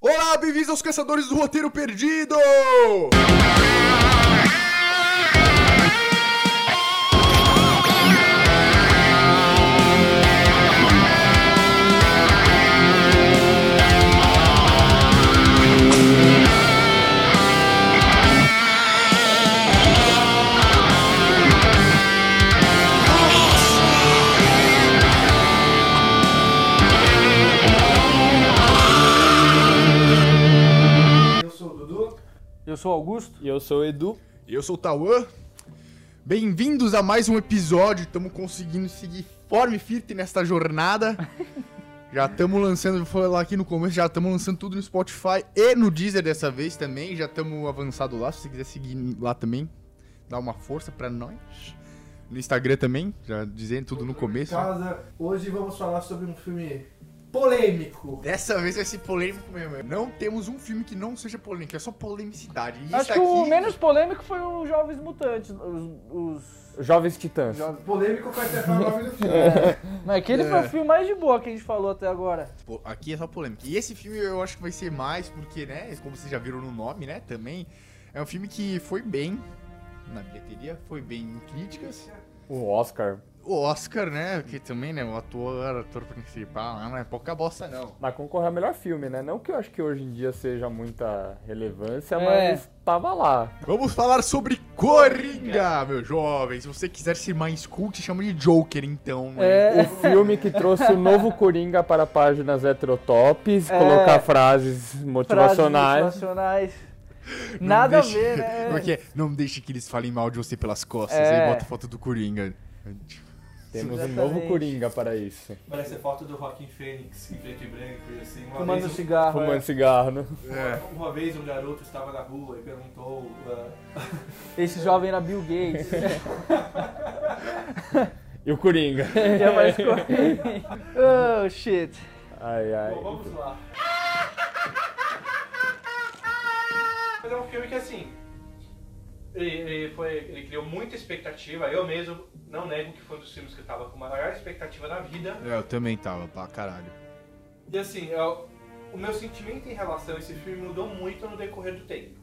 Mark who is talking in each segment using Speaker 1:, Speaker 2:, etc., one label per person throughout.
Speaker 1: Olá, bem-vindos aos Caçadores do Roteiro Perdido!
Speaker 2: Eu sou o Dudu.
Speaker 3: Eu sou Augusto.
Speaker 4: E eu sou o Edu.
Speaker 1: E eu sou o Tauan. Bem-vindos a mais um episódio. Estamos conseguindo seguir forme firme nesta jornada. Já estamos lançando, foi lá aqui no começo, já estamos lançando tudo no Spotify e no Deezer dessa vez também. Já estamos avançado lá, se você quiser seguir lá também, dá uma força pra nós. No Instagram também, já dizendo tudo no começo. né?
Speaker 2: Casa. Hoje vamos falar sobre um filme polêmico.
Speaker 1: Dessa vez vai ser polêmico mesmo. Não temos um filme que não seja polêmico, é só polemicidade. E
Speaker 3: Acho
Speaker 1: isso
Speaker 3: que o
Speaker 1: aqui-
Speaker 3: menos polêmico foi o Jovens Mutantes. Os. os...
Speaker 4: Jovens Titãs.
Speaker 2: Polêmico vai ser o nome do filme.
Speaker 3: Mas aquele
Speaker 1: É.
Speaker 3: foi o filme mais de boa que a gente falou até agora.
Speaker 1: Pô, aqui é só polêmica. E esse filme eu acho que vai ser mais, porque, né, como vocês já viram no nome, né, também, é um filme que foi bem na bilheteria, foi bem em críticas.
Speaker 4: O um Oscar
Speaker 1: O Oscar, né, que também, né, o ator, ator principal, né, não é pouca bosta, não.
Speaker 4: vai concorrer ao melhor filme, né? Não que eu acho que hoje em dia seja muita relevância,
Speaker 3: É.
Speaker 4: mas tava lá.
Speaker 1: Vamos falar sobre Coringa, meu jovem. Se você quiser ser mais cult, chama de Joker, então. né?
Speaker 3: É.
Speaker 4: O filme que trouxe o novo Coringa para páginas heterotops, colocar frases
Speaker 3: É. Frases
Speaker 4: motivacionais.
Speaker 3: motivacionais.
Speaker 1: Não
Speaker 3: Nada
Speaker 1: deixe-
Speaker 3: a ver, né?
Speaker 1: Porque não deixe que eles falem mal de você pelas costas.
Speaker 3: É.
Speaker 1: Aí bota foto do Coringa.
Speaker 4: Temos
Speaker 3: Exatamente.
Speaker 4: um novo Coringa para isso.
Speaker 5: Parece foto do Rockin' Fênix em preto e branco, e assim, uma
Speaker 3: Fumando
Speaker 5: vez,
Speaker 3: cigarro.
Speaker 4: Fumando
Speaker 3: é.
Speaker 4: cigarro, né?
Speaker 1: É.
Speaker 5: um, uma vez um garoto estava na rua e perguntou ah,
Speaker 3: Esse jovem era Bill Gates.
Speaker 4: E o Coringa.
Speaker 3: E é mais co- Oh shit.
Speaker 4: Ai, ai.
Speaker 5: "Bom, vamos lá. Mas é um filme que assim, ele, ele foi, ele criou muita expectativa, eu mesmo não nego que foi um dos filmes que eu tava com a maior expectativa na vida.
Speaker 1: É, eu também tava, pra caralho.
Speaker 5: E assim, eu- o meu sentimento em relação a esse filme mudou muito no decorrer do tempo.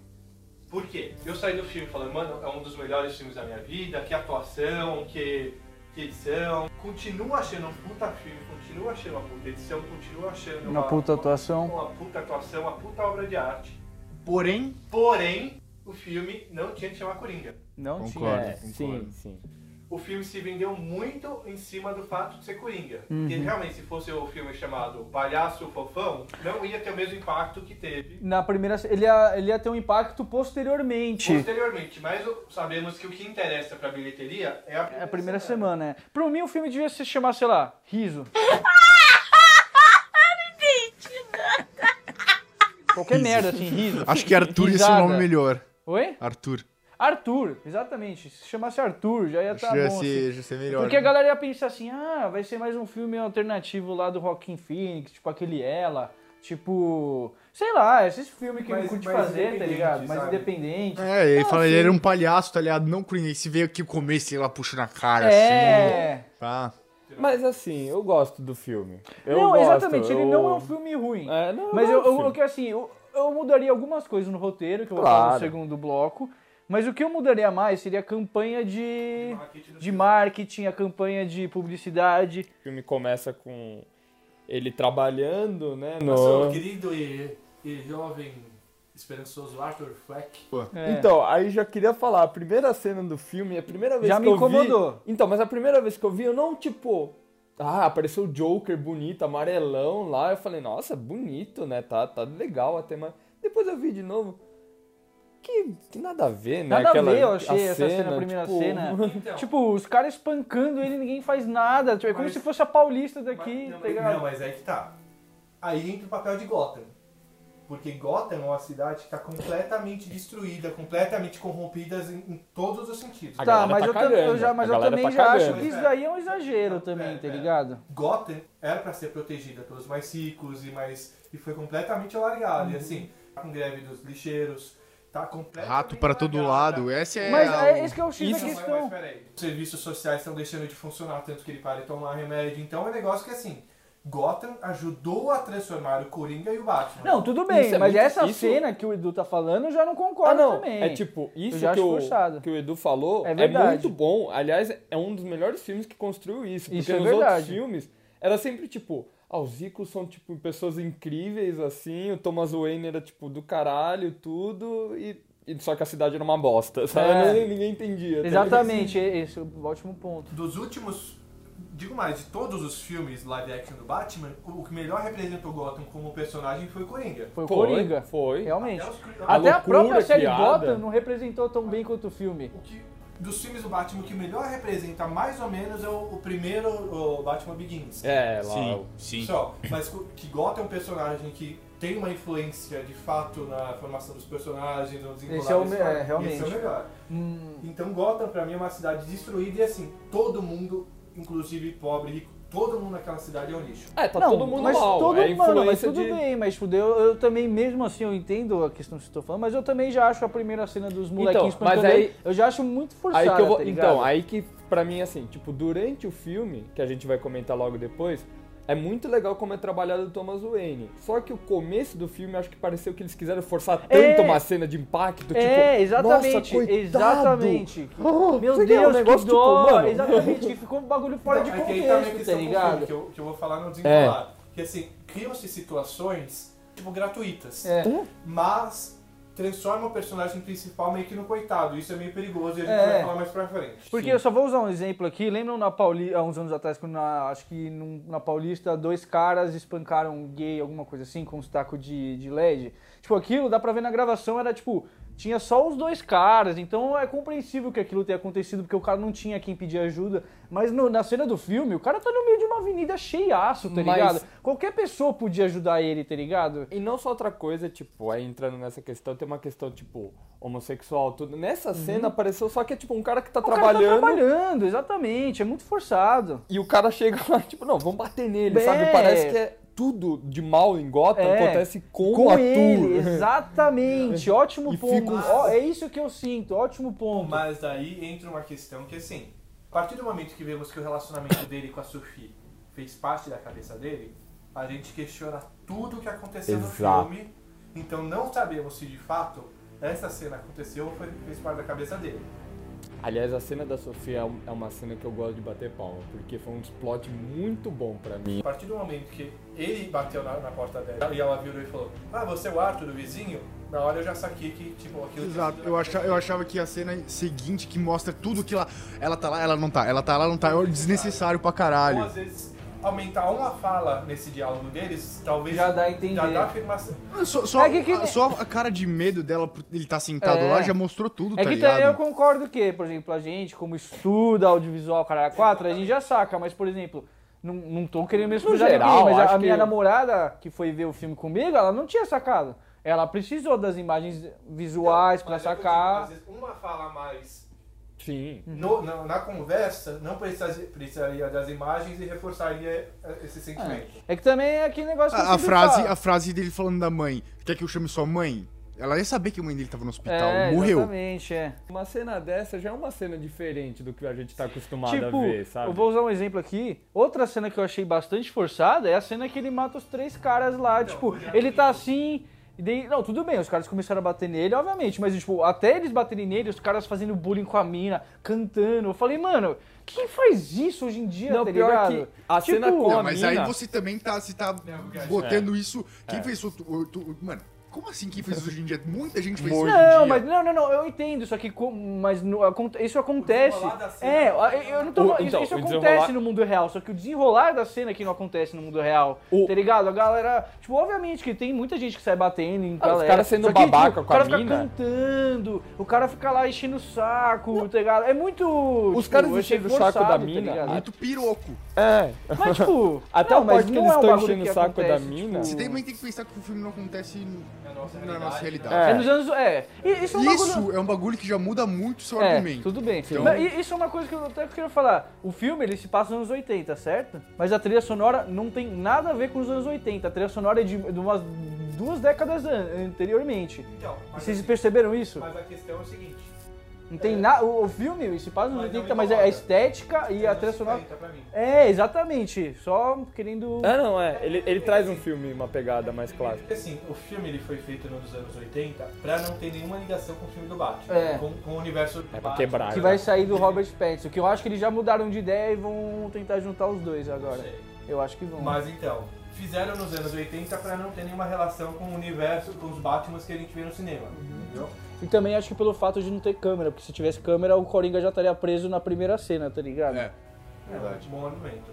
Speaker 5: Por quê? Eu saí do filme falando, mano, é um dos melhores filmes da minha vida, que atuação, que, que edição. Continuo achando um puta filme, continuo achando uma puta edição, continuo achando
Speaker 3: Uma puta atuação.
Speaker 5: Uma puta atuação, uma puta obra de arte.
Speaker 1: Porém,
Speaker 5: Porém, o filme não tinha que chamar Coringa.
Speaker 3: Não
Speaker 1: Concordo.
Speaker 3: tinha.
Speaker 4: É, sim, sim.
Speaker 5: O filme se vendeu muito em cima do fato de ser Coringa. Porque
Speaker 3: Uhum.
Speaker 5: realmente, se fosse o filme chamado Palhaço Fofão, não ia ter o mesmo impacto que teve.
Speaker 3: Na primeira. Ele ia, ele ia ter um impacto posteriormente.
Speaker 5: Posteriormente, mas o- sabemos que o que interessa pra bilheteria é a
Speaker 3: É a primeira semana, é. Pra mim, o filme devia se chamar, sei lá, Riso. Qualquer
Speaker 1: Riso.
Speaker 3: merda, assim, riso.
Speaker 1: Acho que Arthur ia ser um
Speaker 3: Risada.
Speaker 1: nome melhor.
Speaker 3: Oi?
Speaker 1: Arthur.
Speaker 3: Arthur, exatamente. Se chamasse Arthur, já ia
Speaker 1: Acho
Speaker 3: estar
Speaker 1: que ia
Speaker 3: bom. assim.
Speaker 1: ser, ia ser melhor. né?
Speaker 3: Porque a galera ia pensar assim, ah, vai ser mais um filme alternativo lá do Rockin' Phoenix, tipo aquele Ela, tipo... Sei lá, esses filmes que eu
Speaker 2: Mais-
Speaker 3: curte
Speaker 2: mais
Speaker 3: fazer, tá
Speaker 2: independente,
Speaker 3: ligado? Mais
Speaker 2: sabe?
Speaker 3: independente.
Speaker 1: É, ele
Speaker 3: Não,
Speaker 1: fala, ele
Speaker 3: assim-
Speaker 1: era um palhaço, tá ligado? Não Coringa. E se veio aqui o começo, ele lá puxa na cara, assim.
Speaker 3: É.
Speaker 1: Tá?
Speaker 4: Mas assim, eu gosto do filme. Eu
Speaker 3: não,
Speaker 4: gosto,
Speaker 3: exatamente, ele
Speaker 4: eu-
Speaker 3: não é um filme ruim.
Speaker 4: É, não,
Speaker 3: Mas
Speaker 4: não é
Speaker 3: eu,
Speaker 4: um
Speaker 3: eu,
Speaker 4: filme.
Speaker 3: eu que, assim, eu, eu mudaria algumas coisas no roteiro, que eu vou falar no
Speaker 4: Claro.
Speaker 3: segundo bloco. Mas o que eu mudaria mais seria a campanha de,
Speaker 5: Então,
Speaker 3: de marketing, a campanha de publicidade.
Speaker 4: O filme começa com ele trabalhando, né?
Speaker 5: Eu sou
Speaker 3: Oh.
Speaker 4: No...
Speaker 5: querido e, e jovem esperançoso Arthur Fleck.
Speaker 3: É.
Speaker 4: Então, aí já queria falar, a primeira cena do filme, a primeira vez
Speaker 3: Já
Speaker 4: que
Speaker 3: me
Speaker 4: eu vi-
Speaker 3: incomodou.
Speaker 4: Então, mas a primeira vez que eu vi, eu não, tipo... Ah, apareceu o Joker bonito, amarelão lá. Eu falei, nossa, bonito, né? Tá, tá legal até, mas... Depois eu vi de novo... Que, que nada a ver, né?
Speaker 3: Nada
Speaker 4: Aquela-
Speaker 3: a ver, eu achei
Speaker 4: a
Speaker 3: essa cena, a primeira
Speaker 4: tipo,
Speaker 3: cena.
Speaker 5: Então,
Speaker 3: Tipo, os caras espancando ele ninguém faz nada. Tipo, é como
Speaker 5: Mas-
Speaker 3: se fosse a paulista
Speaker 5: mas-
Speaker 3: daqui,
Speaker 5: não,
Speaker 3: tá
Speaker 5: mas-
Speaker 3: ligado?
Speaker 5: não, mas aí que tá. Aí entra o papel de Gotham. Porque Gotham é uma cidade que tá completamente destruída, completamente corrompida em, em todos os sentidos.
Speaker 4: A
Speaker 3: Tá,
Speaker 4: galera
Speaker 3: mas,
Speaker 4: tá
Speaker 3: eu, tam- eu
Speaker 4: cagando,
Speaker 3: já, mas
Speaker 4: a
Speaker 3: eu
Speaker 4: galera
Speaker 3: também
Speaker 4: tá
Speaker 3: já acho
Speaker 4: cagando.
Speaker 3: que isso daí é um exagero também, tá
Speaker 5: pera.
Speaker 3: ligado?
Speaker 5: Gotham era pra ser protegida pelos mais ricos e mais e foi completamente alargada. E assim, tá com greve dos lixeiros, tá completamente
Speaker 1: Rato pra todo
Speaker 5: largada.
Speaker 1: lado. Essa é.
Speaker 3: Mas
Speaker 1: a-
Speaker 3: é esse que é o X
Speaker 5: Isso,
Speaker 3: da
Speaker 5: mas,
Speaker 3: questão.
Speaker 5: mas peraí. Os serviços sociais estão deixando de funcionar tanto que ele para de tomar remédio. Então é um negócio que assim, Gotham ajudou a transformar o Coringa e o Batman.
Speaker 3: Não, tudo bem,
Speaker 4: Isso é
Speaker 3: mas
Speaker 4: muito-
Speaker 3: essa
Speaker 4: isso-
Speaker 3: cena que o Edu tá falando, eu já não concordo
Speaker 4: Ah, não.
Speaker 3: também.
Speaker 4: É tipo, isso
Speaker 3: já
Speaker 4: que
Speaker 3: acho
Speaker 4: o,
Speaker 3: forçado.
Speaker 4: que o Edu falou
Speaker 3: É
Speaker 4: é,
Speaker 3: verdade.
Speaker 4: muito bom. Aliás, é um dos melhores filmes que construiu isso. Porque
Speaker 3: Isso é
Speaker 4: nos
Speaker 3: verdade.
Speaker 4: outros filmes, era sempre tipo, ah, os ricos são tipo pessoas incríveis, assim, o Thomas Wayne era tipo do caralho, tudo, e, e só que a cidade era uma bosta, sabe?
Speaker 3: É.
Speaker 4: Ninguém, ninguém entendia. tá ligado?
Speaker 3: Exatamente, esse é o ótimo ponto.
Speaker 5: Dos últimos, digo mais, de todos os filmes live action do Batman, o que melhor representou Gotham como personagem foi o Coringa.
Speaker 3: Foi o
Speaker 4: Foi,
Speaker 3: Coringa.
Speaker 4: foi.
Speaker 3: Realmente.
Speaker 5: Até os-
Speaker 3: Até a,
Speaker 4: loucura
Speaker 3: própria série
Speaker 4: criada.
Speaker 3: Gotham não representou tão bem quanto o filme.
Speaker 5: O que, dos filmes do Batman, o que melhor representa mais ou menos é o, o primeiro o Batman Begins.
Speaker 4: É, lá.
Speaker 6: Sim,
Speaker 4: o-
Speaker 6: sim.
Speaker 5: Só, mas co- que Gotham é um personagem que tem uma influência de fato na formação dos personagens, no desenrolar
Speaker 3: Esse é o
Speaker 5: da
Speaker 3: me-
Speaker 5: história.
Speaker 3: é, realmente.
Speaker 5: Esse é o melhor.
Speaker 3: Hum,
Speaker 5: Então Gotham pra mim é uma cidade destruída e assim, todo mundo, inclusive pobre, rico, todo mundo naquela cidade é um lixo.
Speaker 4: É, tá
Speaker 3: não,
Speaker 4: todo mundo
Speaker 3: mas
Speaker 4: mal.
Speaker 3: todo-
Speaker 4: é a
Speaker 3: mano, mas
Speaker 4: influência
Speaker 3: tudo
Speaker 4: de...
Speaker 3: bem, mas tipo, eu, eu também, mesmo assim, eu entendo a questão que você tá falando, mas eu também já acho a primeira cena dos molequinhos
Speaker 4: Então, mas
Speaker 3: espancando
Speaker 4: aí-
Speaker 3: ele, eu já acho muito forçada,
Speaker 4: Aí que eu vou,
Speaker 3: tá ligado?
Speaker 4: então, aí que pra mim assim, tipo, durante o filme, que a gente vai comentar logo depois, é muito legal como é trabalhado o Thomas Wayne. Só que o começo do filme acho que pareceu que eles quiseram forçar tanto
Speaker 3: É.
Speaker 4: uma cena de impacto,
Speaker 3: é,
Speaker 4: tipo,
Speaker 3: exatamente,
Speaker 4: nossa, coitado.
Speaker 3: exatamente.
Speaker 4: Oh,
Speaker 3: Meu
Speaker 4: sei lá,
Speaker 3: Deus,
Speaker 4: um negócio
Speaker 3: que dó!
Speaker 4: tipo, mano.
Speaker 3: Exatamente, ficou um bagulho fora
Speaker 5: Então,
Speaker 3: de
Speaker 5: é que aí tá a minha
Speaker 3: contexto, tá
Speaker 5: questão com o filme,
Speaker 3: ligado? É.
Speaker 5: Que eu, que eu vou falar no desenrolar. Que assim, criam-se situações, tipo, gratuitas.
Speaker 3: É.
Speaker 5: Mas transforma o personagem principal meio que no coitado. Isso é meio perigoso e a gente
Speaker 3: É.
Speaker 5: vai falar mais pra frente.
Speaker 3: Porque eu só vou usar um exemplo aqui. Lembram na Pauli, há uns anos atrás, quando na- acho que num- na Paulista, dois caras espancaram um gay, alguma coisa assim, com uns tacos de, de LED? Tipo, aquilo dá pra ver na gravação, era tipo. Tinha só os dois caras, então é compreensível que aquilo tenha acontecido, porque o cara não tinha quem pedir ajuda. Mas no- na cena do filme, o cara tá no meio de uma avenida cheiaço, tá
Speaker 4: Mas-
Speaker 3: ligado? Qualquer pessoa podia ajudar ele, tá ligado?
Speaker 4: E não só outra coisa, tipo, aí entrando nessa questão, tem uma questão tipo homossexual, tudo. Nessa cena apareceu só que é tipo um cara que tá
Speaker 3: O Uhum. cara tá
Speaker 4: trabalhando
Speaker 3: trabalhando, exatamente, é muito forçado.
Speaker 4: E o cara chega lá, tipo, não, vamos bater nele,
Speaker 3: É.
Speaker 4: sabe? Parece que é tudo de mal em Gotham
Speaker 3: É.
Speaker 4: acontece com,
Speaker 3: com
Speaker 4: o ator.
Speaker 3: ele, exatamente. ótimo
Speaker 4: E
Speaker 3: ponto.
Speaker 4: fica um-
Speaker 3: Ó, é isso que eu sinto, ótimo ponto.
Speaker 5: Mas daí entra uma questão que assim, a partir do momento que vemos que o relacionamento dele com a Sophie fez parte da cabeça dele, a gente questiona tudo o que aconteceu
Speaker 4: Exato.
Speaker 5: no filme. Então não sabemos se de fato essa cena aconteceu ou foi- fez parte da cabeça dele.
Speaker 4: Aliás, a cena da Sofia é um- é uma cena que eu gosto de bater palma, porque foi um plot muito bom pra mim.
Speaker 5: A partir do momento que ele bateu na, na porta dela e ela virou e falou: Ah, você é o Arthur, o vizinho? Na hora eu já saquei que, tipo, aquilo. tinha
Speaker 1: Exato,
Speaker 5: sido-
Speaker 1: eu achava, eu achava que a cena seguinte que mostra tudo que ela. Ela tá lá, ela não tá, ela tá lá, não tá, é desnecessário pra
Speaker 5: Ou
Speaker 3: É
Speaker 1: caralho.
Speaker 5: às vezes aumentar uma fala nesse diálogo deles, talvez.
Speaker 3: Já dá a entender.
Speaker 5: Já dá afirmação.
Speaker 1: Só, só,
Speaker 3: É que- que-
Speaker 1: a, só a cara de medo dela por ele tá sentado
Speaker 3: É.
Speaker 1: lá já mostrou tudo,
Speaker 3: é
Speaker 1: tá
Speaker 3: que
Speaker 1: ligado?
Speaker 3: também eu concordo que, por exemplo, a gente, como estuda audiovisual Caralho 4, a gente já saca, mas, por exemplo, não, não tô querendo mesmo
Speaker 4: No
Speaker 3: sujar ninguém,
Speaker 4: geral,
Speaker 3: mas a- a,
Speaker 4: acho que-
Speaker 3: minha namorada que foi ver o filme comigo, ela não tinha sacado. Ela precisou das imagens visuais pra
Speaker 5: Mas é o que eu digo, Às
Speaker 3: sacar.
Speaker 5: vezes uma fala a mais
Speaker 4: Sim.
Speaker 3: Uhum.
Speaker 5: no- na, na conversa não precisa- precisaria das imagens e reforçaria eh, esse sentimento.
Speaker 3: É que também é aquele negócio que eu
Speaker 1: A, a
Speaker 3: sempre
Speaker 1: frase,
Speaker 3: falo.
Speaker 1: a frase dele falando da mãe, quer que eu chame sua mãe? Ela ia saber que a mãe dele tava no hospital,
Speaker 3: é,
Speaker 1: morreu.
Speaker 3: Exatamente, é.
Speaker 4: Uma cena dessa já é uma cena diferente do que a gente tá acostumado
Speaker 3: Tipo,
Speaker 4: a ver, sabe?
Speaker 3: eu vou usar um exemplo aqui. Outra cena que eu achei bastante forçada é a cena que ele mata os três caras lá. tipo, ele tá assim. e daí- não, tudo bem, os caras começaram a bater nele, obviamente, mas tipo, até eles baterem nele, os caras fazendo bullying com a mina, cantando. Eu falei, mano, quem faz isso hoje em dia,
Speaker 4: Não,
Speaker 3: tá
Speaker 4: pior
Speaker 3: ligado? Tipo,
Speaker 4: que a cena com
Speaker 1: Não,
Speaker 4: a
Speaker 1: mas
Speaker 4: mina-
Speaker 1: aí você também tá, se tá botando isso. Quem fez isso? tu- tu- mano, como assim quem fez isso hoje em dia? Muita gente fez isso hoje em dia.
Speaker 3: Não, mas não, não, não, eu entendo, só que com- mas no- acon- isso acontece.
Speaker 5: desenrolar da cena.
Speaker 3: É, eu- eu não tô
Speaker 4: O-
Speaker 3: falando- isso,
Speaker 4: então,
Speaker 3: isso
Speaker 4: o
Speaker 3: acontece
Speaker 4: desenrolar-
Speaker 3: no mundo real, só que o desenrolar da cena aqui não acontece no mundo real.
Speaker 4: O-
Speaker 3: Tá ligado? A galera, tipo, obviamente que tem muita gente que sai batendo em
Speaker 4: Ah, os
Speaker 3: galera.
Speaker 4: caras sendo
Speaker 3: só que,
Speaker 4: babaca
Speaker 3: tipo,
Speaker 4: com a
Speaker 3: O cara
Speaker 4: mina.
Speaker 3: fica cantando, o cara fica lá enchendo o saco, tá ligado? É muito
Speaker 4: Os
Speaker 3: tipo,
Speaker 4: caras
Speaker 3: eu achei
Speaker 4: enchendo o saco
Speaker 3: forçado,
Speaker 4: da
Speaker 3: tá
Speaker 4: mina.
Speaker 3: ligado?
Speaker 1: Muito piroco.
Speaker 4: É.
Speaker 3: Mas tipo,
Speaker 4: Até
Speaker 3: não,
Speaker 4: a
Speaker 3: mas
Speaker 4: parte que
Speaker 3: não
Speaker 4: eles
Speaker 3: é um
Speaker 4: estão
Speaker 3: bagulho
Speaker 4: enchendo
Speaker 3: que
Speaker 4: o saco da
Speaker 3: acontece,
Speaker 4: mina.
Speaker 3: tipo,
Speaker 1: Você também tem que pensar que o filme não acontece
Speaker 5: Na nossa
Speaker 1: na nossa realidade.
Speaker 4: É.
Speaker 3: É nos anos, é. E isso é um bagulho-
Speaker 1: Isso é um bagulho que já muda muito o seu
Speaker 3: É,
Speaker 1: argumento.
Speaker 3: tudo bem.
Speaker 1: Então-
Speaker 3: Mas i- isso é uma coisa que eu até queria falar. O filme, ele se passa nos anos 80, certo? Mas a trilha sonora não tem nada a ver com os anos 80. A trilha sonora é de, de umas duas décadas an- anteriormente.
Speaker 5: Então, mas,
Speaker 3: Vocês
Speaker 5: assim,
Speaker 3: perceberam isso?
Speaker 5: mas a questão é o seguinte:
Speaker 3: Não tem nada. O, o filme, esse passa nos
Speaker 5: Mas não
Speaker 3: 80, mas é a
Speaker 5: incomoda.
Speaker 3: estética e a trilha sonora. É, exatamente. Só querendo.
Speaker 4: Ah, não, é. Ele, ele traz um filme, uma pegada mais clássica.
Speaker 5: Porque assim, o filme ele foi feito nos anos 80 pra não ter nenhuma ligação com o filme do Batman.
Speaker 3: É.
Speaker 5: Com, com o universo do
Speaker 4: É pra
Speaker 5: Batman.
Speaker 4: quebrar.
Speaker 3: Que
Speaker 4: né?
Speaker 3: vai sair do Robert Pattinson, que eu acho que eles já mudaram de ideia e vão tentar juntar os dois
Speaker 5: Não
Speaker 3: agora.
Speaker 5: sei.
Speaker 3: Eu acho que vão.
Speaker 5: Mas então, fizeram nos anos 80 pra não ter nenhuma relação com o universo, com os Batmans que a gente vê no cinema.
Speaker 3: Uhum.
Speaker 5: Entendeu?
Speaker 3: E também acho que pelo fato de não ter câmera, porque se tivesse câmera, o Coringa já estaria preso na primeira cena, tá ligado?
Speaker 1: É.
Speaker 5: É um bom argumento.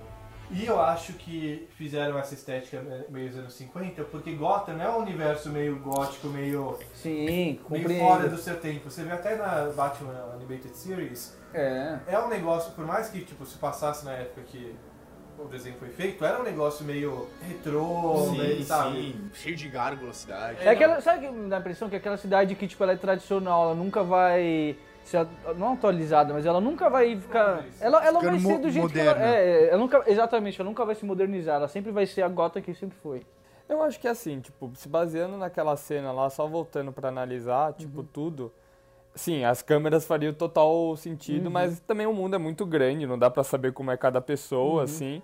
Speaker 5: E eu acho que fizeram essa estética meio dos anos 50, porque Gotham é um universo meio gótico, meio,
Speaker 3: Sim,
Speaker 5: meio fora
Speaker 3: compreendo.
Speaker 5: do seu tempo. Você vê até na Batman Animated Series,
Speaker 3: É.
Speaker 5: é um negócio, por mais que tipo, se passasse na época que o desenho foi feito, era um negócio meio retrô, meio, sabe?
Speaker 1: Tá Cheio de gárgula a cidade.
Speaker 3: É aquela, sabe que me dá a impressão que é aquela cidade que tipo ela é tradicional, ela nunca vai ser at- não atualizada, mas ela nunca vai ficar, ela, ela vai
Speaker 1: Ficando
Speaker 3: ser
Speaker 1: mo-
Speaker 3: do jeito que
Speaker 1: moderna.
Speaker 3: ela é, é, ela nunca exatamente, ela nunca vai se modernizar, ela sempre vai ser a gota que sempre foi.
Speaker 4: Eu acho que é assim, tipo, se baseando naquela cena lá, só voltando pra analisar, tipo,
Speaker 3: Uhum.
Speaker 4: tudo. Sim, as câmeras fariam total
Speaker 3: Uhum.
Speaker 4: sentido, mas também o mundo é muito grande, não dá pra saber como é cada
Speaker 3: Uhum.
Speaker 4: pessoa, assim.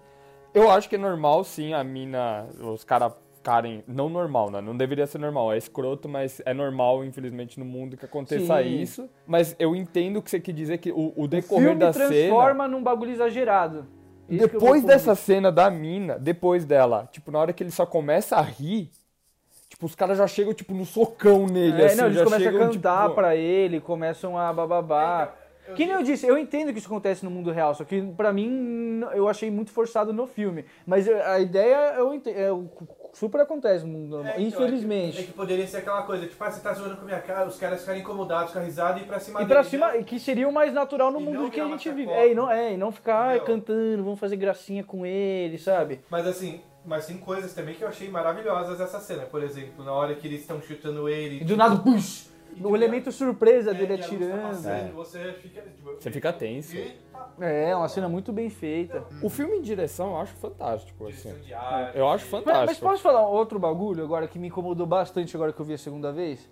Speaker 4: Eu acho que é normal, sim, a mina, os caras ficarem. Não normal, né? Não deveria ser normal, é escroto, mas é normal, infelizmente, no mundo que aconteça
Speaker 3: Sim.
Speaker 4: isso. Mas eu entendo o que você quer dizer, que o, o
Speaker 3: O
Speaker 4: decorrer
Speaker 3: filme
Speaker 4: da cena.
Speaker 3: transforma num bagulho exagerado. Isso que eu
Speaker 4: Depois
Speaker 3: confundo.
Speaker 4: dessa cena da mina, depois dela, tipo, na hora que ele só começa a rir, tipo, os caras já chegam, tipo, no socão nele,
Speaker 3: é,
Speaker 4: assim,
Speaker 3: não, eles
Speaker 4: já
Speaker 3: começam
Speaker 4: chegam,
Speaker 3: a cantar
Speaker 4: tipo,
Speaker 3: pra ele, começam a
Speaker 5: É, então,
Speaker 3: bababá. que nem eu disse, eu entendo que isso acontece no mundo real, só que pra mim n- eu achei muito forçado no filme. Mas eu- a ideia eu é, entendo, super acontece no mundo normal,
Speaker 5: É, então,
Speaker 3: infelizmente.
Speaker 5: É que poderia ser aquela coisa, tipo, ah, você tá zoando com a minha cara, os caras ficarem incomodados com a risada e ir pra cima
Speaker 3: E pra
Speaker 5: dele,
Speaker 3: cima,
Speaker 5: né?
Speaker 3: que seria o mais natural no
Speaker 5: E
Speaker 3: mundo
Speaker 5: não
Speaker 3: que a
Speaker 5: virar
Speaker 3: gente
Speaker 5: uma
Speaker 3: vive.
Speaker 5: chacota.
Speaker 3: É, e não, é, e não ficar ai,
Speaker 5: Entendeu?
Speaker 3: cantando, vamos fazer gracinha com ele, sabe?
Speaker 5: Mas assim, mas tem coisas também que eu achei maravilhosas essa cena. Por exemplo, na hora que eles estão chutando ele. tipo,
Speaker 3: E do nada, push!
Speaker 5: e
Speaker 3: O
Speaker 5: tu-
Speaker 3: elemento surpresa
Speaker 5: é,
Speaker 3: dele
Speaker 5: e a luz tá
Speaker 3: atirando.
Speaker 5: passando,
Speaker 4: É.
Speaker 5: Você fica. Tipo,
Speaker 4: Você fica tenso.
Speaker 5: Eita,
Speaker 3: É, uma cena muito bem feita.
Speaker 4: O filme em direção eu acho fantástico, assim.
Speaker 5: direção de arte.
Speaker 4: Eu acho
Speaker 3: Mas, mas
Speaker 4: fantástico.
Speaker 3: posso falar outro bagulho agora que me incomodou bastante agora que eu vi a segunda vez?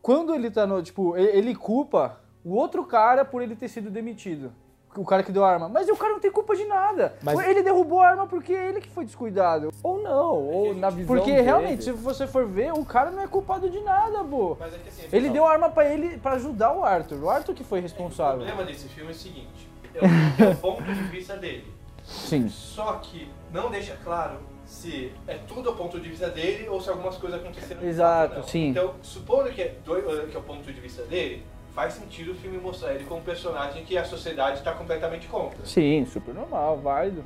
Speaker 3: Quando ele tá no. Tipo, e- ele culpa o outro cara por ele ter sido demitido. O cara que deu a arma. Mas o cara não tem culpa de nada.
Speaker 4: Mas-
Speaker 3: Ele derrubou a arma porque é ele que foi descuidado.
Speaker 4: Ou não, ou na visão
Speaker 3: Porque
Speaker 4: dele.
Speaker 3: um realmente, se você for ver, o cara não é culpado de nada, pô.
Speaker 5: Mas é que assim,
Speaker 3: Ele deu a arma pra ele para ajudar o Arthur. O Arthur que foi
Speaker 5: O
Speaker 3: responsável.
Speaker 5: problema desse filme é o seguinte: é o- é o ponto de vista dele.
Speaker 3: Sim.
Speaker 5: Só que não deixa claro se é tudo o ponto de vista dele ou se algumas coisas aconteceram. de
Speaker 3: Exato,
Speaker 5: fato ou não.
Speaker 3: sim.
Speaker 5: Então, supondo que é, do- que é o ponto de vista dele, faz sentido o filme mostrar ele como um personagem que a sociedade está completamente contra.
Speaker 3: Sim, super normal, válido.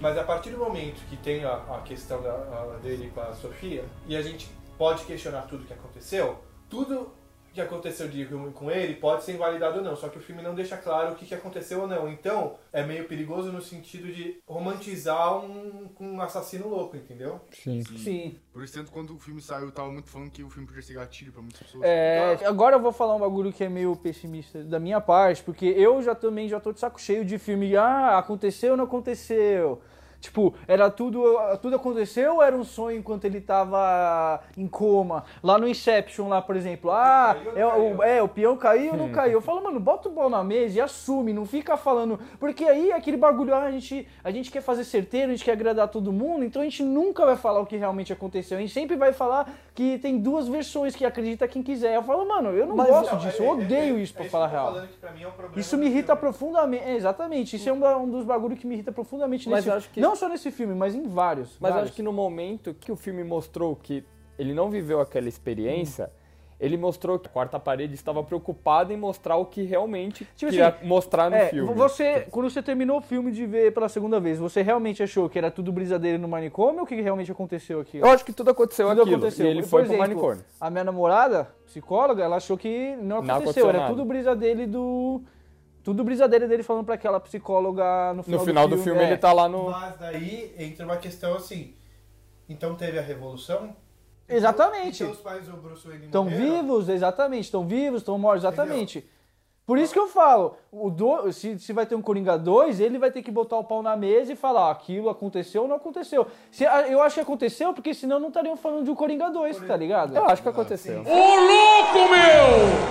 Speaker 5: Mas a partir do momento que tem a, a questão da, a- dele com a Sofia, e a gente pode questionar tudo que aconteceu, tudo que aconteceu de ruim com ele pode ser invalidado ou não, só que o filme não deixa claro o que, que aconteceu ou não. Então, é meio perigoso no sentido de romantizar um, um assassino louco, entendeu?
Speaker 4: Sim.
Speaker 3: Sim.
Speaker 1: Por isso, tanto quando o filme saiu, eu tava muito falando que o filme podia ser gatilho pra muitas pessoas.
Speaker 3: É, agora eu vou falar um bagulho que é meio pessimista da minha parte, porque eu já também já tô de saco cheio de filme, ah, aconteceu ou não aconteceu? Tipo, era tudo, tudo aconteceu ou era um sonho enquanto ele tava em coma? Lá no Inception, lá, por exemplo, ah,
Speaker 5: Caiu ou
Speaker 3: é,
Speaker 5: não
Speaker 3: o,
Speaker 5: caiu?
Speaker 3: é, o peão caiu ou não caiu? Eu falo, mano, bota o pau na mesa e assume, não fica falando, porque aí é aquele bagulho, ah, a gente, a gente quer fazer certeiro, a gente quer agradar todo mundo, então a gente nunca vai falar o que realmente aconteceu, a gente sempre vai falar que tem duas versões que acredita quem quiser. Eu falo, mano, eu não
Speaker 4: Mas
Speaker 3: gosto
Speaker 5: Não,
Speaker 3: disso,
Speaker 5: é-
Speaker 3: eu
Speaker 5: é-
Speaker 3: odeio
Speaker 5: é-
Speaker 3: isso pra
Speaker 5: é
Speaker 3: falar
Speaker 5: que eu tô
Speaker 3: real.
Speaker 5: falando que pra mim é um problema
Speaker 3: Isso me
Speaker 5: do
Speaker 3: irrita
Speaker 5: filme.
Speaker 3: profundamente. É, exatamente. Isso é um, da- um dos bagulhos que me irrita profundamente
Speaker 4: Mas
Speaker 3: nesse
Speaker 4: eu acho que-
Speaker 3: Não só nesse filme, mas em vários.
Speaker 4: Mas eu
Speaker 3: vários.
Speaker 4: acho que no momento que o filme mostrou que ele não viveu aquela experiência, ele mostrou que a quarta parede estava preocupada em mostrar o que realmente
Speaker 3: Tipo
Speaker 4: queria
Speaker 3: assim,
Speaker 4: mostrar tá no
Speaker 3: é,
Speaker 4: filme.
Speaker 3: Você, quando você terminou o filme de ver pela segunda vez, você realmente achou que era tudo brisadeiro no manicômio ou o que realmente aconteceu aqui?
Speaker 4: Eu acho que tudo aconteceu
Speaker 3: Tudo
Speaker 4: aquilo.
Speaker 3: aconteceu.
Speaker 4: E ele
Speaker 3: Por
Speaker 4: foi
Speaker 3: exemplo,
Speaker 4: pro manicômio.
Speaker 3: A minha namorada, psicóloga, ela achou que não aconteceu.
Speaker 4: aconteceu
Speaker 3: era
Speaker 4: nada.
Speaker 3: tudo brisa dele do. Tudo brisa dele dele falando pra aquela psicóloga no
Speaker 4: No
Speaker 3: final,
Speaker 4: final do filme,
Speaker 3: é.
Speaker 4: ele tá lá no.
Speaker 5: Mas daí entra uma questão assim. Então teve a revolução?
Speaker 3: Exatamente.
Speaker 5: Então os pais do Bruce Wayne
Speaker 3: Estão
Speaker 5: morreram?
Speaker 3: vivos, exatamente. Estão vivos, estão mortos, exatamente. Por isso que eu falo, o do, se, se vai ter um Coringa 2, ele vai ter que botar o pau na mesa e falar, "Ah, aquilo aconteceu ou não aconteceu. Se, ah, eu acho que aconteceu, porque senão não estariam
Speaker 4: É,
Speaker 3: falando de um Coringa 2, tá ligado?
Speaker 4: Eu acho que aconteceu.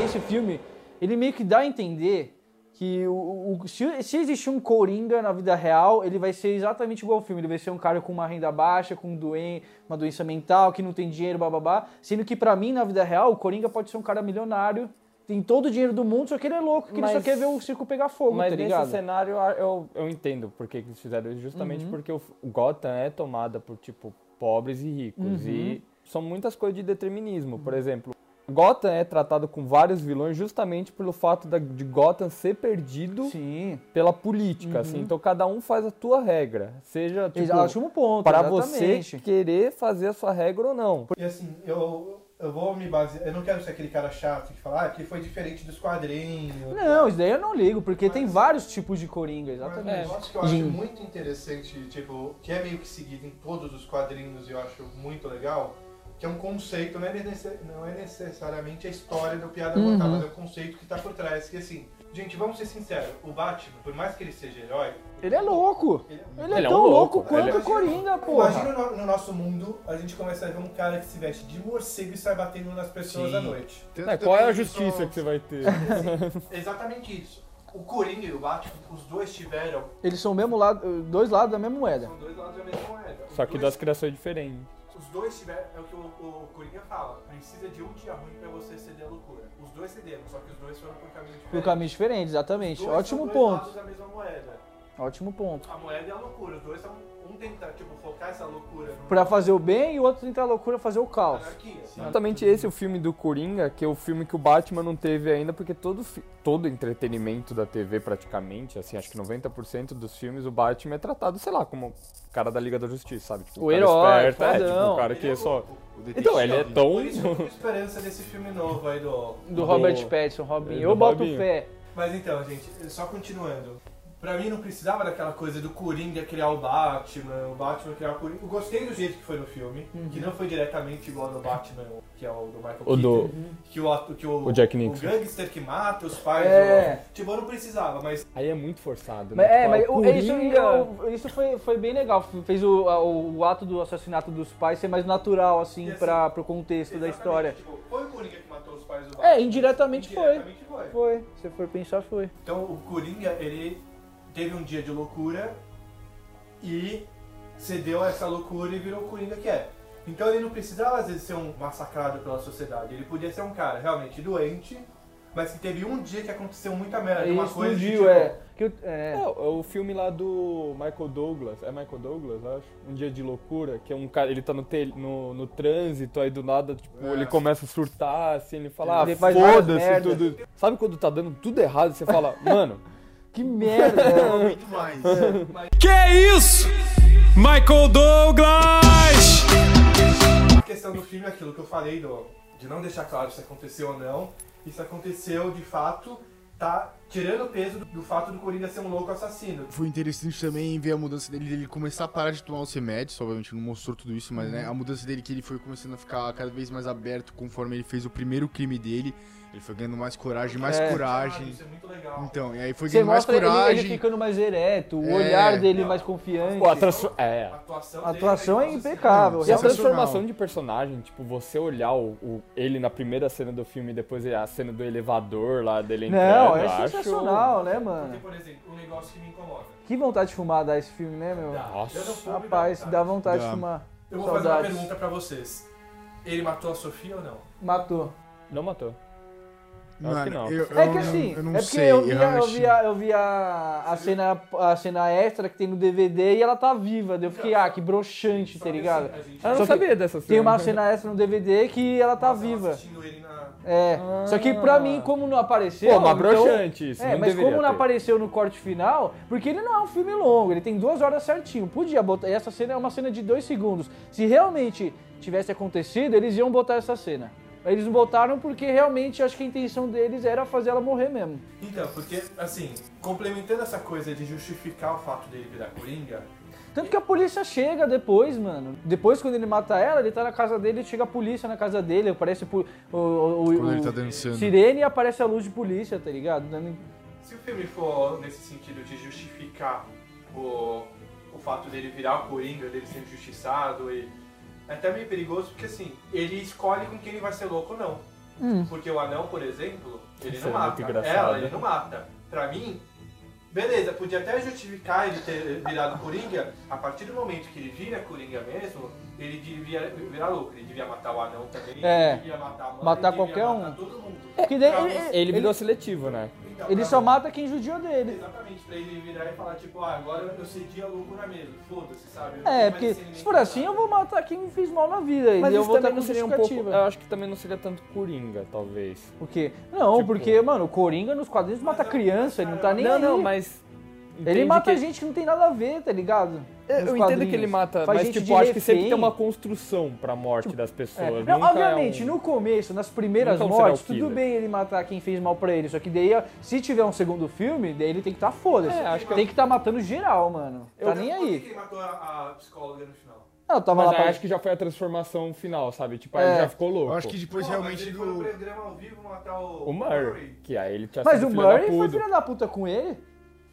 Speaker 3: Esse filme, ele meio que dá a entender que o, o- se, se existir um Coringa na vida real, ele vai ser exatamente igual ao filme. Ele vai ser um cara com uma renda baixa, com doen, uma doença mental, que não tem dinheiro, bababá. Sendo que pra mim, na vida real, o Coringa pode ser um cara milionário, tem todo o dinheiro do mundo, só que ele é louco, que ele
Speaker 4: Mas-
Speaker 3: só quer ver o circo pegar fogo,
Speaker 4: Mas
Speaker 3: tá
Speaker 4: nesse
Speaker 3: ligado?
Speaker 4: cenário ah, eu, eu entendo por que que eles fizeram isso, justamente
Speaker 3: Uhum.
Speaker 4: porque o o Gotham é tomada por, tipo, pobres e ricos.
Speaker 3: Uhum.
Speaker 4: E são muitas coisas de determinismo. Por exemplo, Gotham é tratado com vários vilões justamente pelo fato da- de Gotham ser perdido
Speaker 3: Sim, Uhum.
Speaker 4: pela política, assim. Então cada um faz a tua regra. Seja, tipo,
Speaker 3: Exa- é um ótimo ponto,
Speaker 4: para você
Speaker 3: exatamente.
Speaker 4: querer fazer a sua regra ou não.
Speaker 2: E assim, eu, eu vou me basear. Eu não quero ser aquele cara chato que fala, ah, porque foi diferente dos quadrinhos.
Speaker 3: Não, isso daí eu não ligo, porque tem vários tipos de Coringa,
Speaker 5: Mas um
Speaker 3: exatamente.
Speaker 4: É.
Speaker 5: negócio que eu acho
Speaker 3: Sim.
Speaker 5: muito interessante, tipo, que é meio que seguido em todos os quadrinhos e eu acho muito legal, que é um conceito, não é, nece- não é necessariamente a história do Piada uhum. mas é o conceito que tá por trás, que assim, gente, vamos ser sinceros, o Batman, por mais que ele seja herói,
Speaker 3: Ele é louco.
Speaker 5: ele é
Speaker 3: Ele é,
Speaker 4: Ele é um
Speaker 3: tão louco,
Speaker 4: louco,
Speaker 3: quanto
Speaker 4: ele
Speaker 3: o Coringa, porra.
Speaker 2: Imagina no, no nosso mundo, a gente começa a ver um cara que se veste de morcego e sai batendo nas pessoas
Speaker 4: Sim.
Speaker 2: à noite.
Speaker 1: Tanto
Speaker 4: É, qual é a
Speaker 1: também
Speaker 4: justiça
Speaker 1: só-
Speaker 4: que você vai ter?
Speaker 5: exatamente isso. O Coringa e o Batman, os dois tiveram,
Speaker 3: Eles são o mesmo lado, dois lados da mesma moeda.
Speaker 5: são dois lados da mesma moeda. Os
Speaker 4: Só que
Speaker 5: dois-
Speaker 4: das criações diferentes.
Speaker 5: Os dois tiveram, é o que o, o Coringa fala, precisa de um dia ruim pra você ceder à loucura. Os dois cederam, só que os dois foram por caminho diferente.
Speaker 3: Por caminho é diferente, exatamente.
Speaker 5: Dois são
Speaker 3: Ótimo
Speaker 5: dois
Speaker 3: ponto.
Speaker 5: lados da mesma moeda.
Speaker 3: Ótimo ponto.
Speaker 5: A moeda é a loucura. Os dois são. Um tenta, tipo, focar essa loucura no
Speaker 3: Pra fazer o bem e o outro tentar a loucura fazer o caos.
Speaker 5: anarquia.
Speaker 4: Exatamente esse é o filme do Coringa, que é o filme que o Batman não teve ainda, porque todo, fi- todo entretenimento da TV, praticamente, assim, acho que 90% dos filmes, o Batman é tratado, sei lá, como o cara da Liga da Justiça, sabe? Tipo,
Speaker 3: O
Speaker 4: cara
Speaker 3: herói,
Speaker 4: esperto, é, tipo,
Speaker 3: fodão.
Speaker 4: o cara
Speaker 5: Ele
Speaker 4: que
Speaker 5: é
Speaker 4: é só...
Speaker 5: louco.
Speaker 4: Então, ele é tão...
Speaker 5: Por isso que eu tenho esperança desse filme novo aí do.
Speaker 3: Do Robert
Speaker 4: Do- É,
Speaker 3: Pattinson, Robin.
Speaker 4: do
Speaker 3: Eu boto
Speaker 4: Robinho.
Speaker 3: fé.
Speaker 5: Mas então, gente, só continuando. Pra mim não precisava daquela coisa do Coringa criar o Batman, o Batman criar o Coringa. Eu gostei do jeito que foi no filme,
Speaker 3: Uhum.
Speaker 5: que não foi diretamente igual no Batman, que é o do Michael Keaton.
Speaker 4: O do...
Speaker 5: Que o, ato- que o,
Speaker 4: O Jack Nicholson.
Speaker 5: o gangster que mata os pais.
Speaker 3: É.
Speaker 5: o- tipo, eu não precisava, mas
Speaker 4: Aí é muito forçado,
Speaker 3: Mas,
Speaker 4: né?
Speaker 3: é, mas
Speaker 4: o
Speaker 3: o- isso,
Speaker 4: Coringa-
Speaker 3: o- isso foi, foi bem legal. Fez o, a- o, o ato do assassinato dos pais ser mais natural, assim,
Speaker 5: E assim,
Speaker 3: pra, pro contexto da
Speaker 5: Exatamente,
Speaker 3: história.
Speaker 5: Tipo, foi o Coringa que matou os pais do Batman.
Speaker 3: É, indiretamente foi.
Speaker 5: Indiretamente foi.
Speaker 3: Foi, se for pensar, foi.
Speaker 5: Então o Coringa, ele teve um dia de loucura e cedeu a essa loucura e virou o Coringa que é. Então ele não precisava às vezes ser um massacrado pela sociedade. Ele podia ser um cara realmente doente, mas que teve um dia que aconteceu muita merda,
Speaker 3: Aí
Speaker 5: uma coisa que,
Speaker 3: explodiu,
Speaker 5: tipo,
Speaker 3: é. Que eu- é.
Speaker 4: É, o filme lá do Michael Douglas, é Michael Douglas, eu acho? Um Dia de Loucura, que é um cara, ele tá no, tel- no, no trânsito, aí do nada, tipo,
Speaker 5: É.
Speaker 4: ele começa a surtar, assim, ele fala,
Speaker 3: Ele
Speaker 4: ah,
Speaker 3: faz várias
Speaker 4: foda-se
Speaker 3: merdas.
Speaker 4: tudo. Sabe quando tá dando tudo errado, você fala, mano,
Speaker 3: Que merda. né?
Speaker 1: Muito mais.
Speaker 5: A questão do filme é aquilo que eu falei do, de não deixar claro se aconteceu ou não. E se aconteceu de fato, tá tirando o peso do, do fato do Coringa ser um louco assassino.
Speaker 1: Foi interessante também ver a mudança dele, dele começar a parar de tomar os remédios, obviamente não mostrou tudo isso, mas
Speaker 3: Uhum.
Speaker 1: né, a mudança dele que ele foi começando a ficar cada vez mais aberto conforme ele fez o primeiro crime dele, ele foi ganhando mais coragem, mais
Speaker 3: É.
Speaker 1: coragem.
Speaker 5: Isso é muito legal.
Speaker 1: Então, e aí foi
Speaker 3: Você
Speaker 1: ganhando mais
Speaker 3: mostra ele, ele
Speaker 1: coragem.
Speaker 3: ficando mais ereto, o
Speaker 1: É.
Speaker 3: olhar dele mais confiante.
Speaker 4: pô, a transfor- é.
Speaker 5: A atuação,
Speaker 3: A
Speaker 5: dele
Speaker 3: atuação
Speaker 5: é
Speaker 3: é impecável.
Speaker 4: E a
Speaker 1: Sensacional.
Speaker 4: transformação de personagem, tipo, você olhar o, o- ele na primeira cena do filme, depois a cena do elevador lá dele entrando,
Speaker 3: Não,
Speaker 4: eu
Speaker 3: é
Speaker 4: acho-
Speaker 3: sensacional, né,
Speaker 5: Porque,
Speaker 3: mano?
Speaker 5: por exemplo, um negócio que me incomoda.
Speaker 3: Que vontade de fumar dá esse filme, né, meu?
Speaker 4: Nossa.
Speaker 5: Eu não fumo, me
Speaker 3: Rapaz, dá vontade de
Speaker 1: Dá.
Speaker 3: fumar.
Speaker 5: Eu vou fazer
Speaker 3: Saudades.
Speaker 5: uma pergunta pra vocês. Ele matou a Sofia ou não?
Speaker 3: Matou.
Speaker 4: Não matou.
Speaker 1: Mano,
Speaker 4: Acho que não.
Speaker 1: eu-
Speaker 3: É
Speaker 1: eu
Speaker 3: que
Speaker 1: não-
Speaker 3: assim,
Speaker 1: eu não
Speaker 3: é porque
Speaker 1: sei,
Speaker 3: eu vi, a, eu
Speaker 1: realmente-
Speaker 3: vi, a, eu vi a, a cena, a cena extra que tem no DVD e ela tá viva. daí Eu fiquei, ah, que broxante,
Speaker 5: Só
Speaker 3: tá
Speaker 5: que,
Speaker 3: ligado?
Speaker 5: assim, a gente-
Speaker 4: Eu não
Speaker 3: Só que
Speaker 4: sabia dessa cena.
Speaker 3: Tem uma cena extra no DVD que ela tá
Speaker 5: Nossa, eu
Speaker 3: viva.
Speaker 5: assistindo ele na-
Speaker 3: É.
Speaker 4: Ah.
Speaker 3: Só que pra mim, como não apareceu.
Speaker 4: Pô, mas
Speaker 3: então-
Speaker 4: broxante isso,
Speaker 3: É,
Speaker 4: não
Speaker 3: mas
Speaker 4: deveria
Speaker 3: como não
Speaker 4: ter.
Speaker 3: apareceu no corte final, porque ele não é um filme longo, ele tem duas horas certinho. Podia botar. e Essa cena é uma cena de dois segundos. Se realmente tivesse acontecido, eles iam botar essa cena. Mas Eles não botaram porque realmente acho que a intenção deles era fazer ela morrer mesmo.
Speaker 5: Então, porque, assim, complementando essa coisa de justificar o fato dele virar Coringa,
Speaker 3: Tanto que a polícia chega depois, mano. Depois, quando ele mata ela, ele tá na casa dele, chega a polícia na casa dele, aparece o, o, o,
Speaker 1: Quando ele
Speaker 3: o-
Speaker 1: tá dançando.
Speaker 3: sirene e aparece a luz de polícia, tá ligado? Dando-
Speaker 5: se o filme for nesse sentido de justificar o, o fato dele virar o Coringa, dele ser injustiçado, e é até meio perigoso, porque, assim, ele escolhe com quem ele vai ser louco ou não.
Speaker 3: Hum.
Speaker 5: Porque o anão, por exemplo, ele
Speaker 4: Isso é
Speaker 5: não mata.
Speaker 4: muito engraçado.
Speaker 5: Ela, ele não mata. Pra mim, beleza, podia até justificar ele ter virado Coringa. A partir do momento que ele vira Coringa mesmo, ele devia virar louco. Ele devia matar o anão também.
Speaker 3: É.
Speaker 5: Ele devia matar a mãe.
Speaker 3: Matar
Speaker 5: ele devia
Speaker 3: qualquer
Speaker 5: matar
Speaker 3: um.
Speaker 5: todo mundo.
Speaker 3: Porque daí
Speaker 5: Pra
Speaker 3: ele,
Speaker 5: você-
Speaker 4: É, Ele
Speaker 3: ele-
Speaker 4: virou seletivo, né?
Speaker 5: Então,
Speaker 3: ele
Speaker 5: pra
Speaker 3: só
Speaker 5: mim-
Speaker 3: mata quem judiou dele.
Speaker 5: Exatamente, pra ele virar e falar, tipo, ah, agora eu cedi a loucura mesmo, foda-se, sabe? Eu não tenho
Speaker 3: É,
Speaker 5: mais
Speaker 3: porque
Speaker 5: discernimento
Speaker 3: se for
Speaker 5: pra
Speaker 3: assim,
Speaker 5: nada.
Speaker 3: eu vou matar quem me fez mal na vida.
Speaker 4: Mas
Speaker 3: e eu
Speaker 4: isso
Speaker 3: vou estar
Speaker 4: também
Speaker 3: com
Speaker 4: não seria um pouco.
Speaker 3: justificativa.
Speaker 4: Eu acho que também não seria tanto coringa, talvez.
Speaker 3: O quê? Não,
Speaker 4: Tipo-
Speaker 3: porque, mano, o Coringa nos quadrinhos mata criança, ele não tá nem
Speaker 4: não,
Speaker 3: aí.
Speaker 4: não, mas.
Speaker 3: Ele
Speaker 4: entende
Speaker 3: mata
Speaker 4: que-
Speaker 3: gente que não tem nada a ver, tá ligado?
Speaker 4: Eu
Speaker 3: Nos
Speaker 4: entendo
Speaker 3: quadrinhos.
Speaker 4: que ele mata,
Speaker 3: Faz
Speaker 4: mas
Speaker 3: gente
Speaker 4: tipo,
Speaker 3: de
Speaker 4: eu acho que sempre
Speaker 3: refém.
Speaker 4: tem uma construção pra morte das
Speaker 3: É.
Speaker 4: pessoas.
Speaker 3: Não,
Speaker 4: Nunca Tipo, é
Speaker 3: obviamente,
Speaker 4: um-
Speaker 3: no começo, nas primeiras
Speaker 4: Nunca é um serial
Speaker 3: mortes, tudo
Speaker 4: killer.
Speaker 3: bem ele matar quem fez mal pra ele. Só que daí, se tiver um segundo filme, daí ele tem que estar tá foda-se.
Speaker 4: É, acho que eu-
Speaker 3: tem que estar tá matando geral, mano.
Speaker 5: Eu
Speaker 3: tá
Speaker 5: não
Speaker 3: nem
Speaker 5: sei
Speaker 3: aí.
Speaker 5: quem matou a, a psicóloga no final.
Speaker 3: Ela tava
Speaker 4: Mas
Speaker 3: lá pra...
Speaker 4: acho que já foi a transformação final, sabe? Tipo, aí
Speaker 3: É.
Speaker 4: ele já ficou louco.
Speaker 1: Eu acho que depois
Speaker 5: Pô, mas
Speaker 1: realmente
Speaker 5: ele foi no
Speaker 1: do. ah,
Speaker 5: programa ao vivo matar o...
Speaker 4: O Murray, que aí ele tinha
Speaker 3: Mas
Speaker 4: sido
Speaker 3: o
Speaker 4: filho da
Speaker 3: Murray foi
Speaker 4: puta.
Speaker 3: filha da puta com ele?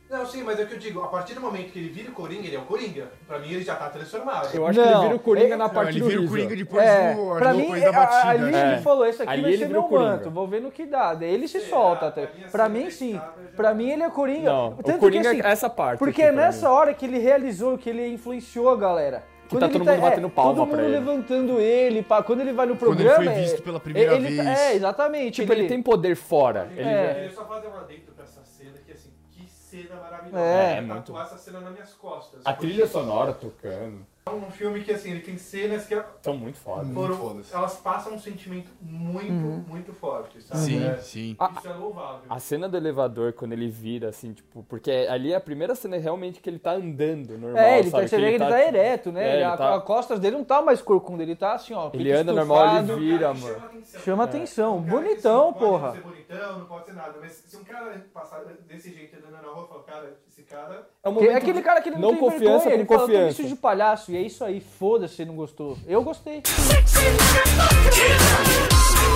Speaker 5: Não, sim, mas é o que eu digo, a partir do momento que ele vira o Coringa, ele é o Coringa. Pra mim, ele já tá transformado.
Speaker 4: Eu acho que ele
Speaker 3: Não,
Speaker 4: vira o Coringa
Speaker 3: ele-
Speaker 4: na
Speaker 1: Não,
Speaker 4: parte
Speaker 1: ele
Speaker 4: do
Speaker 1: vira o
Speaker 4: Rizzo.
Speaker 1: Coringa depois do.
Speaker 3: É, pra
Speaker 1: do-
Speaker 3: mim,
Speaker 1: depois da
Speaker 3: a- a- ali
Speaker 1: batida. né?
Speaker 3: ele
Speaker 4: É.
Speaker 3: falou, isso aqui
Speaker 4: Ali
Speaker 3: vai
Speaker 4: ele
Speaker 3: ser
Speaker 4: virou
Speaker 3: meu
Speaker 4: Coringa.
Speaker 3: manto, vou ver no que dá. Daí ele
Speaker 1: É,
Speaker 3: se
Speaker 5: Sei
Speaker 3: solta
Speaker 5: lá,
Speaker 3: até.
Speaker 5: pra mim, assim,
Speaker 3: Pra mim, sim.
Speaker 5: aceitável já-
Speaker 3: Pra mim, ele é Coringa.
Speaker 4: Não,
Speaker 3: Tanto
Speaker 4: o Coringa
Speaker 3: que, assim,
Speaker 4: é essa parte.
Speaker 3: Porque
Speaker 4: aqui
Speaker 3: é
Speaker 4: pra
Speaker 3: nessa
Speaker 4: mim.
Speaker 3: hora que ele realizou, que ele influenciou a galera.
Speaker 4: Que tá todo mundo batendo palma
Speaker 3: é, Todo mundo
Speaker 4: pra ele.
Speaker 3: levantando ele, pá, quando ele vai no
Speaker 1: Quando ele
Speaker 3: programa.
Speaker 1: foi
Speaker 3: é-
Speaker 1: visto pela primeira
Speaker 3: ele-
Speaker 1: vez.
Speaker 3: É, exatamente.
Speaker 4: Tipo, ele tem poder fora. Ele
Speaker 5: Eu
Speaker 3: É.
Speaker 5: queria só fazer um adendo pra essa cena, que assim, que cena maravilhosa.
Speaker 3: É,
Speaker 5: eu
Speaker 4: muito.
Speaker 5: quero tatuar essa cena nas minhas costas.
Speaker 4: A trilha sonora tocando.
Speaker 5: É um filme que, assim, ele tem cenas que
Speaker 4: São muito foda.
Speaker 1: Muito
Speaker 5: foram,
Speaker 1: fodas.
Speaker 5: elas passam um sentimento muito,
Speaker 3: Uhum.
Speaker 5: muito forte, sabe?
Speaker 1: Sim,
Speaker 5: É,
Speaker 1: sim.
Speaker 5: Isso é louvável.
Speaker 4: A cena do elevador, quando ele vira, assim, tipo, porque ali é a primeira cena realmente que ele tá andando normal.
Speaker 3: É, ele tá,
Speaker 4: sabe?
Speaker 3: você vê que ele tá ereto, né?
Speaker 4: É, ele
Speaker 3: a,
Speaker 4: tá-
Speaker 3: a costas dele não tá mais corcunda, ele tá assim, ó.
Speaker 4: Ele
Speaker 3: peito
Speaker 4: anda normal,
Speaker 3: estufado.
Speaker 4: ele É. vira,
Speaker 5: que chama
Speaker 4: mano.
Speaker 5: atenção.
Speaker 3: Chama atenção.
Speaker 5: Um cara que,
Speaker 3: Bonitão,
Speaker 5: assim, Não
Speaker 3: porra.
Speaker 5: pode ser bonitão, não pode ser nada. Mas se um cara passar desse jeito andando na rua, fala, cara, esse cara.
Speaker 4: É um
Speaker 3: Que-
Speaker 4: momento
Speaker 3: é aquele cara que ele não, tem
Speaker 4: não confiança
Speaker 3: vergonha,
Speaker 4: com
Speaker 3: ele fala, "Eu tô
Speaker 4: confiança."
Speaker 3: vestido de palhaço, e é isso aí, foda-se, não gostou. Eu gostei.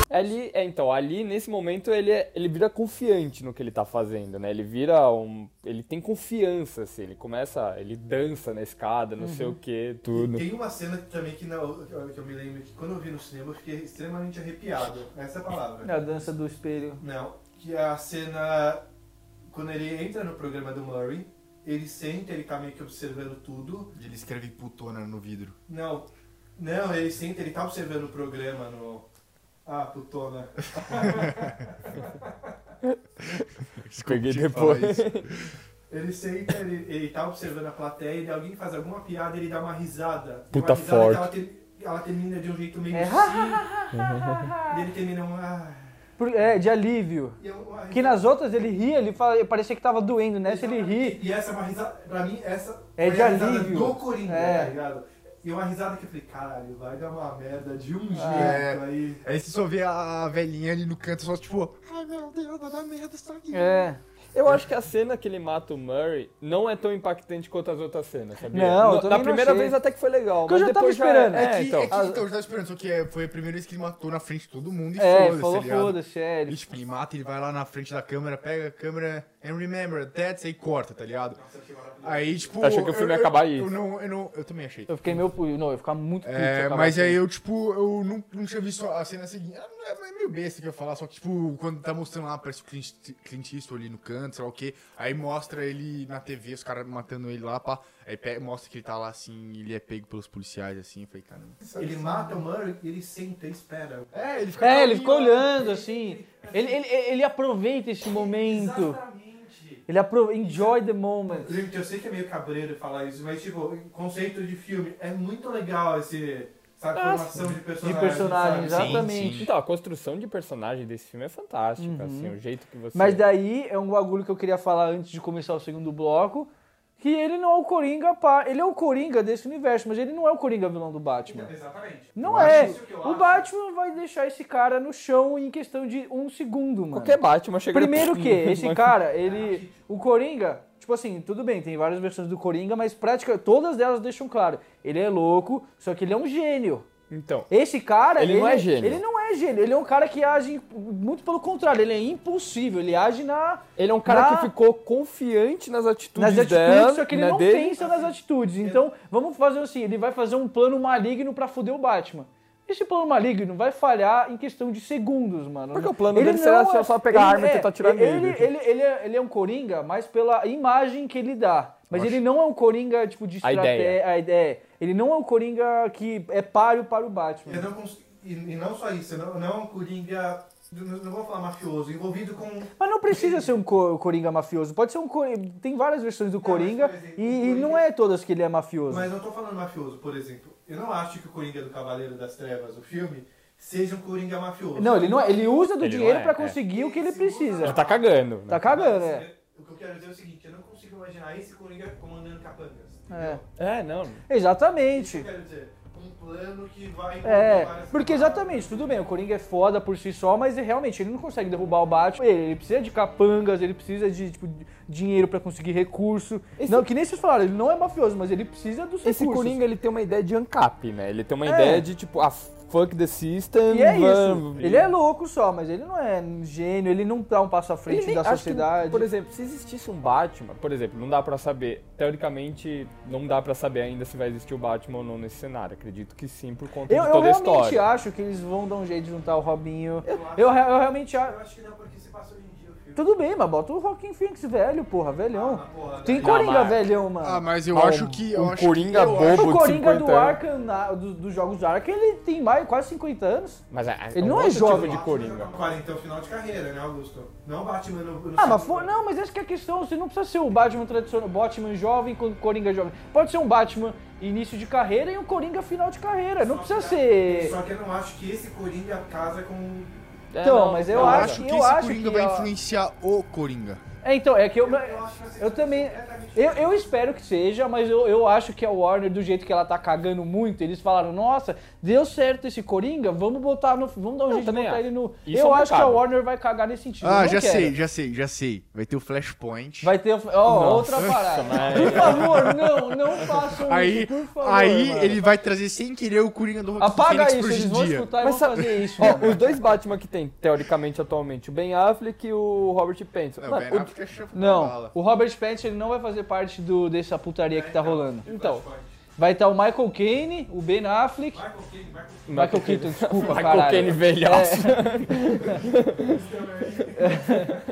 Speaker 4: Ali, é, então, ali nesse momento ele, é- ele vira confiante no que ele tá fazendo, né? Ele vira um. Ele tem confiança, assim, ele começa. Ele dança na escada, não
Speaker 3: Uhum.
Speaker 4: sei o que, tudo.
Speaker 5: Tem uma cena também que, na- que eu me lembro que quando eu vi no cinema eu fiquei extremamente arrepiado. Essa é a palavra.
Speaker 3: A dança do espelho.
Speaker 5: Não, que é a cena quando ele entra no programa do Murray, ele senta, ele tá meio que observando tudo.
Speaker 3: É.
Speaker 1: Ele escreve putona no vidro.
Speaker 5: Não, não, ele senta, ele tá observando o programa no. Ah, putona.
Speaker 4: Peguei
Speaker 1: te falar
Speaker 4: depois.
Speaker 1: isso.
Speaker 5: Ele senta, ele, ele tá observando a plateia, e alguém faz alguma piada, ele dá uma risada.
Speaker 4: Puta
Speaker 5: uma risada Que
Speaker 4: forte.
Speaker 5: ela, te- ela termina de um jeito meio
Speaker 3: É.
Speaker 5: assim, e ele termina um. "Ah",
Speaker 3: Por- É, de alívio.
Speaker 5: e é uma
Speaker 3: Que nas outras ele ria, ele fala, parecia que tava doendo, nessa ele ri.
Speaker 5: E essa é uma risada, pra mim, essa
Speaker 3: É
Speaker 5: foi
Speaker 3: de
Speaker 5: a risada
Speaker 3: alívio.
Speaker 5: do Coringa,
Speaker 3: É.
Speaker 5: tá ligado? E uma risada que eu falei, caralho, vai dar uma merda de um
Speaker 3: Ah,
Speaker 5: jeito
Speaker 1: É.
Speaker 5: aí.
Speaker 1: Aí você só vê a velhinha ali no canto, só tipo, ai meu Deus, vai dar merda isso aqui.
Speaker 3: É.
Speaker 4: Eu acho que a cena que ele mata o Murray não é tão impactante quanto as outras cenas, sabia?
Speaker 3: Não, eu
Speaker 4: É, No-
Speaker 3: também
Speaker 4: Na
Speaker 3: não
Speaker 4: primeira
Speaker 3: achei.
Speaker 4: vez até que foi legal.
Speaker 3: Porque eu
Speaker 4: mas
Speaker 3: já tava
Speaker 4: depois
Speaker 3: esperando.
Speaker 4: É,
Speaker 1: É, que,
Speaker 4: então.
Speaker 1: é que então, eu tava esperando, só que é- foi a primeira vez que ele matou na frente de todo mundo e
Speaker 3: É,
Speaker 1: foda-se,
Speaker 3: falou
Speaker 1: tá ligado?
Speaker 3: foda-se, é.
Speaker 1: Ele,
Speaker 3: Ele...
Speaker 1: tipo, ele mata, ele vai lá na frente da câmera, pega a câmera, and remember, that's, aí corta, tá ligado? Aí, tipo...
Speaker 4: Achou que o filme ia
Speaker 1: eu-
Speaker 4: acabar
Speaker 1: eu-
Speaker 4: aí.
Speaker 1: Eu, não, eu, não, eu também achei.
Speaker 3: Eu fiquei meio puto. Não, eu ficava muito puto. se
Speaker 1: É,
Speaker 3: acabava
Speaker 1: mas
Speaker 3: assim.
Speaker 1: aí eu, tipo, eu não, não tinha visto a cena seguinte. Ah, não É é meio besta que eu ia falar, só que, tipo, quando tá mostrando lá, parece o Clint, Clint Eastwood ali no canto, sei lá o quê. Aí mostra ele na TV, os caras matando ele lá, pá. Aí pega- mostra que ele tá lá, assim, ele é pego pelos policiais, assim. Eu falei, caramba.
Speaker 5: Ele mata o Murray e ele senta e espera.
Speaker 1: É, ele fica
Speaker 3: É, ele ficou olhando assim. Ele, ele, ele aproveita esse momento.
Speaker 5: Exatamente.
Speaker 3: Ele apro... enjoy the moment.
Speaker 5: Gente, eu sei que é meio cabreiro falar isso, mas tipo, conceito de filme, é muito legal esse, sabe, formação de personagem.
Speaker 3: De personagem,
Speaker 5: sabe?
Speaker 3: exatamente.
Speaker 1: sim.
Speaker 4: Então, a construção de personagem desse filme é fantástica, assim, o jeito que você.
Speaker 3: Uhum. Mas daí é um bagulho que eu queria falar antes de começar o segundo bloco. Que ele não é o Coringa, pá. Ele é o Coringa desse universo, mas ele não é o Coringa vilão do Batman.
Speaker 5: Exatamente.
Speaker 3: Não
Speaker 5: Eu
Speaker 3: é.
Speaker 5: acho isso que eu
Speaker 3: O
Speaker 5: acho.
Speaker 3: Batman vai deixar esse cara no chão em questão de um segundo, mano.
Speaker 4: Qualquer Batman chega
Speaker 3: Primeiro que esse cara, ele. O Coringa, tipo assim, tudo bem, tem várias versões do Coringa, mas prática, todas elas deixam claro. Ele é louco, só que ele é um gênio.
Speaker 4: Então.
Speaker 3: Esse cara.
Speaker 4: Ele não é gênio.
Speaker 3: Ele não é gênio. Ele é um cara que age. Muito pelo contrário, ele é impulsivo. Ele age na.
Speaker 4: Ele é um cara
Speaker 3: Na-
Speaker 4: que ficou confiante nas atitudes,
Speaker 3: Nas atitudes,
Speaker 4: dela,
Speaker 3: só que ele
Speaker 4: né,
Speaker 3: não
Speaker 4: dele.
Speaker 3: pensa nas atitudes. Então, vamos fazer assim: ele vai fazer um plano maligno pra foder o Batman. Esse plano maligno vai falhar em questão de segundos, mano.
Speaker 4: Porque o plano
Speaker 3: Ele
Speaker 4: dele será
Speaker 3: não
Speaker 4: só-
Speaker 3: é-
Speaker 4: só pegar a
Speaker 3: ele-
Speaker 4: arma e
Speaker 3: é,
Speaker 4: tentar atirar
Speaker 3: ele,
Speaker 4: nele.
Speaker 3: Ele, ele é, ele é um coringa, mas pela imagem que ele dá. Mas ele não é um coringa, tipo, de
Speaker 4: A ideia.
Speaker 3: estratégia. A ideia. Ele não é um coringa que é páreo para o Batman.
Speaker 2: Eu não cons- e, e não só isso, eu não, não é um Coringa, não, não vou falar mafioso, envolvido com...
Speaker 3: Mas não precisa ser um co- Coringa mafioso. Pode ser um Coringa. Tem várias versões do
Speaker 2: Não, mas,
Speaker 3: Coringa
Speaker 2: por exemplo,
Speaker 3: e,
Speaker 2: o
Speaker 3: e
Speaker 2: Coringa-
Speaker 3: não é todas que ele é mafioso.
Speaker 2: Mas não tô falando mafioso, por exemplo. Eu não acho que o Coringa do Cavaleiro das Trevas, o filme, seja um Coringa mafioso.
Speaker 3: Não, ele não é. Ele usa do
Speaker 4: Ele não
Speaker 3: dinheiro
Speaker 4: é,
Speaker 3: pra
Speaker 4: é.
Speaker 3: conseguir o que ele
Speaker 2: Ele segura-
Speaker 4: Ele
Speaker 3: precisa.
Speaker 4: tá cagando. né?
Speaker 3: Tá cagando,
Speaker 2: Mas,
Speaker 3: é.
Speaker 2: eu- O que eu quero dizer é o seguinte, eu não consigo imaginar esse Coringa comandando capangas.
Speaker 3: É.
Speaker 2: entendeu?
Speaker 4: É, não.
Speaker 2: Isso que eu
Speaker 3: Exatamente.
Speaker 2: quero dizer. Um plano que vai...
Speaker 3: É,
Speaker 2: envolver várias-
Speaker 3: porque exatamente, tudo bem, o Coringa é foda por si só, mas ele- realmente ele não consegue derrubar o Batman. Ele, ele precisa de capangas, ele precisa de tipo, de dinheiro pra conseguir recurso.
Speaker 4: Esse-
Speaker 3: Não, que nem vocês falaram, ele não é mafioso, mas ele precisa dos
Speaker 4: Esse
Speaker 3: recursos.
Speaker 4: Coringa, ele tem uma ideia de ANCAP, né? Ele tem uma
Speaker 3: É.
Speaker 4: ideia de, tipo, ah, fuck the system.
Speaker 3: E é isso.
Speaker 4: vamos-
Speaker 3: Ele é louco só, mas ele não é um gênio, ele não dá um passo à frente
Speaker 4: Ele nem-
Speaker 3: da
Speaker 4: acho que,
Speaker 3: sociedade.
Speaker 4: por exemplo, se existisse um Batman, por exemplo, não dá pra saber, teoricamente, não dá pra saber ainda se vai existir o Batman ou não nesse cenário. Acredito que sim, por conta
Speaker 3: eu
Speaker 4: de
Speaker 3: eu
Speaker 4: toda a
Speaker 3: realmente
Speaker 4: história.
Speaker 3: acho que eles vão dar um jeito de juntar o Robinho.
Speaker 2: Eu
Speaker 3: Eu,
Speaker 2: acho-
Speaker 3: re- eu realmente acho.
Speaker 2: Eu acho que não, porque se passa hoje em dia o filme.
Speaker 3: Tudo bem, mas bota o Rockin' Phoenix velho, porra, velhão.
Speaker 2: Ah, porra,
Speaker 3: Tem
Speaker 2: né?
Speaker 3: Coringa
Speaker 4: mas-
Speaker 3: velhão, mano.
Speaker 1: Ah, mas eu
Speaker 4: Ah, um-
Speaker 1: acho que. Eu
Speaker 4: um
Speaker 1: acho
Speaker 4: Coringa
Speaker 1: que, eu
Speaker 4: bobo.
Speaker 1: acho-
Speaker 3: O
Speaker 4: de
Speaker 3: Coringa do
Speaker 4: 50 anos.
Speaker 3: Arkham, na- do- dos jogos do Arkham, ele tem mais, quase 50 anos.
Speaker 4: Mas é,
Speaker 3: Ele
Speaker 4: um
Speaker 3: não é
Speaker 4: outro
Speaker 3: jovem.
Speaker 4: tipo de Coringa.
Speaker 2: então final de carreira, né, Augusto? Não Batman no... no
Speaker 3: Ah, mas foi, não, mas essa que é a questão, você não precisa ser o Batman tradicional, Batman jovem com Coringa jovem. Pode ser um Batman início de carreira e um Coringa final de carreira, não precisa ser...
Speaker 2: Só que eu não acho que esse Coringa casa com...
Speaker 4: É,
Speaker 3: Então, mas eu
Speaker 1: Eu
Speaker 4: mas-
Speaker 1: acho que
Speaker 3: eu
Speaker 1: esse
Speaker 3: acho
Speaker 1: Coringa
Speaker 3: que,
Speaker 1: vai
Speaker 3: ó,
Speaker 1: influenciar o Coringa.
Speaker 3: É, então, é que eu...
Speaker 2: que vai ser
Speaker 3: Eu também...
Speaker 2: completamente
Speaker 3: Eu, eu espero que seja, mas eu, eu acho que a Warner, do jeito que ela tá cagando muito, eles falaram, nossa, deu certo esse Coringa, vamos botar no. Vamos dar um
Speaker 4: Eu
Speaker 3: jeito de
Speaker 4: também
Speaker 3: botar
Speaker 4: acho.
Speaker 3: ele no.
Speaker 4: Isso é
Speaker 3: eu
Speaker 4: um
Speaker 3: acho que a
Speaker 4: pecado.
Speaker 3: Warner vai cagar nesse sentido. eu
Speaker 1: Ah,
Speaker 3: não
Speaker 1: já
Speaker 3: quero.
Speaker 1: sei, já sei, já sei. Vai ter o Flashpoint.
Speaker 3: Vai ter. Ó, outra parada. Por favor, não, não façam
Speaker 1: Aí,
Speaker 3: isso, um por favor.
Speaker 1: aí
Speaker 3: mano.
Speaker 1: ele vai trazer sem querer o Coringa do Rock
Speaker 3: Apaga
Speaker 1: Fênix
Speaker 3: isso,
Speaker 1: por hoje
Speaker 3: eles
Speaker 1: em
Speaker 3: vão
Speaker 1: dia.
Speaker 3: escutar e
Speaker 4: Mas
Speaker 3: vão
Speaker 4: sabe-
Speaker 3: fazer isso.
Speaker 4: Ó,
Speaker 3: mano.
Speaker 4: os dois Batman que tem, teoricamente, atualmente, o Ben Affleck e o Robert Pattinson.
Speaker 1: Não,
Speaker 4: Mano,
Speaker 1: Ben
Speaker 4: o-
Speaker 1: Affleck é chefe da
Speaker 3: Não,
Speaker 1: bala.
Speaker 3: o Robert Pattinson ele não vai fazer parte do, dessa putaria que tá rolando.
Speaker 4: É, Então,
Speaker 3: Vai estar o Michael Caine, o Ben Affleck,
Speaker 2: Michael Caine, Michael
Speaker 3: Michael Keaton, desculpa,
Speaker 4: Michael
Speaker 3: caralho. É.
Speaker 4: Caine velhaço.
Speaker 2: né?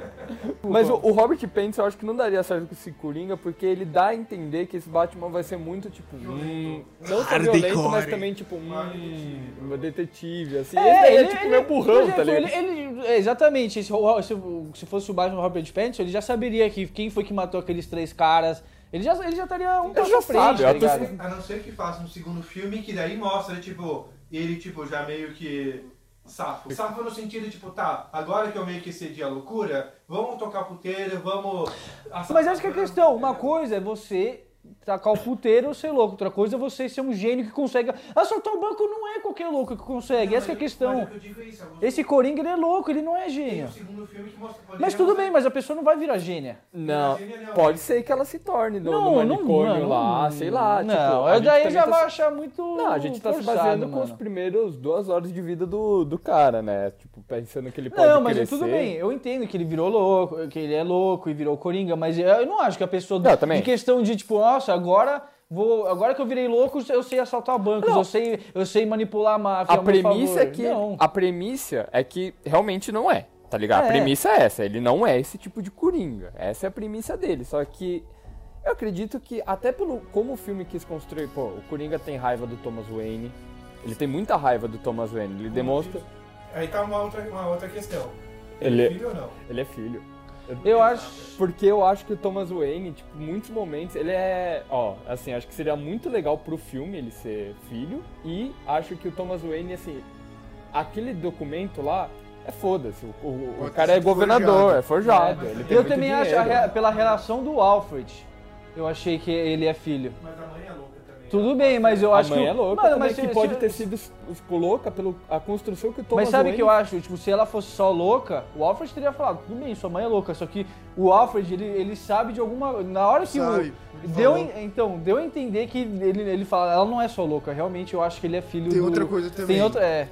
Speaker 4: Mas o, o Robert Pattinson eu acho que não daria certo com esse Coringa, porque ele dá a entender que esse Batman vai ser muito, tipo, hum, não só
Speaker 1: Hardcore.
Speaker 4: violento, mas também, tipo, hum, um detetive, assim.
Speaker 3: É,
Speaker 4: esse daí é,
Speaker 3: ele-
Speaker 4: tipo
Speaker 3: ele-
Speaker 4: meio
Speaker 3: por
Speaker 4: burrão,
Speaker 3: exemplo,
Speaker 4: tá ligado?
Speaker 3: ele- ele- é, exatamente. esse Ro- se, se fosse o Batman Robert Pattinson, ele já saberia que quem foi que matou aqueles três caras. Ele já, ele já estaria um passo
Speaker 4: já
Speaker 3: à frente,
Speaker 4: sabe,
Speaker 3: tá
Speaker 4: eu tô-
Speaker 3: ligado?
Speaker 2: A não ser que faça um segundo filme que daí mostra, tipo, ele, tipo, já meio que safo. Safo no sentido, tipo, tá, agora que eu meio que cedi a loucura, vamos tocar puteiro, vamos...
Speaker 3: Mas acho que a questão, uma coisa é você tacar o puteiro ou ser louco. Outra coisa é você ser um gênio que consegue... Assaltar o banco não é qualquer louco que consegue, essa que é a
Speaker 2: Mas
Speaker 3: questão.
Speaker 2: o que eu digo é isso, Augusto.
Speaker 3: Esse Coringa, ele é louco, ele não é
Speaker 2: Tem
Speaker 3: gênio.
Speaker 2: um segundo filme que mostra...
Speaker 3: Mas tudo bem, mas a pessoa não vai virar gênia.
Speaker 4: Não,
Speaker 2: Imagina, não.
Speaker 4: pode ser que ela se torne no,
Speaker 3: é Não,
Speaker 4: no
Speaker 3: não,
Speaker 4: manicômio
Speaker 3: mano,
Speaker 4: lá,
Speaker 3: não-
Speaker 4: sei lá.
Speaker 3: Não,
Speaker 4: tipo, a gente
Speaker 3: daí
Speaker 4: também
Speaker 3: já
Speaker 4: tá
Speaker 3: vai
Speaker 4: se-
Speaker 3: achar muito
Speaker 4: Não, a gente tá se
Speaker 3: forçado,
Speaker 4: baseando com
Speaker 3: mano.
Speaker 4: os primeiros duas horas de vida do, do cara, né? Tipo, pensando que ele pode
Speaker 3: Não, mas é
Speaker 4: crescer.
Speaker 3: tudo bem, eu entendo que ele virou louco, que ele é louco e virou coringa, mas eu não acho que a pessoa.
Speaker 4: Não, eu também.
Speaker 3: De questão de tipo, nossa, agora. Vou, agora que eu virei louco, eu sei assaltar bancos,
Speaker 4: Não.
Speaker 3: eu sei, eu sei manipular a máfia.
Speaker 4: a
Speaker 3: ao meu
Speaker 4: premissa
Speaker 3: favor.
Speaker 4: é que
Speaker 3: Não.
Speaker 4: a premissa é que realmente não é tá ligado
Speaker 3: É.
Speaker 4: a premissa é essa ele não é esse tipo de coringa essa é a premissa dele só que eu acredito que até pelo como o filme quis construir pô o coringa tem raiva do Thomas Wayne ele tem muita raiva do Thomas Wayne ele demonstra
Speaker 2: Aí tá uma outra, uma outra questão.
Speaker 4: ele
Speaker 2: Filho ou não?
Speaker 4: ele é filho
Speaker 3: Eu acho.
Speaker 4: porque eu acho que o Thomas Wayne, tipo, em muitos momentos, ele é. Ó, assim, acho que seria muito legal pro filme ele ser filho. E acho que o Thomas Wayne, assim, aquele documento lá é foda-se. O, o- o
Speaker 1: Pode
Speaker 4: cara
Speaker 1: ser
Speaker 4: é
Speaker 1: forjado.
Speaker 4: governador, é forjado.
Speaker 2: É,
Speaker 4: ele tem
Speaker 3: Eu
Speaker 4: muito
Speaker 3: também acho, a
Speaker 4: dinheiro.
Speaker 3: rea- pela relação do Alfred, eu achei que ele é filho.
Speaker 2: Mas a mãe é louca também.
Speaker 3: Tudo bem, mas eu
Speaker 4: A
Speaker 3: acho
Speaker 4: mãe
Speaker 3: que.
Speaker 4: é louca,
Speaker 3: Mano,
Speaker 4: mas
Speaker 3: mas
Speaker 4: que
Speaker 3: se-
Speaker 4: pode
Speaker 3: se-
Speaker 4: ter sido s- s- louca pela a construção que o Thomas
Speaker 3: Mas sabe o
Speaker 4: Wayne...
Speaker 3: que eu acho? Tipo, se ela fosse só louca, o Alfred teria falado, tudo bem, sua mãe é louca, só que o Alfred, ele, ele sabe de alguma. Na hora que
Speaker 1: Sabe,
Speaker 3: o. Deu,
Speaker 1: falou.
Speaker 3: em- então, deu a entender que ele, ele fala, ela não é só louca, realmente eu acho que ele é filho
Speaker 1: Tem
Speaker 3: do.
Speaker 1: outra coisa também.
Speaker 3: Tem outra. É.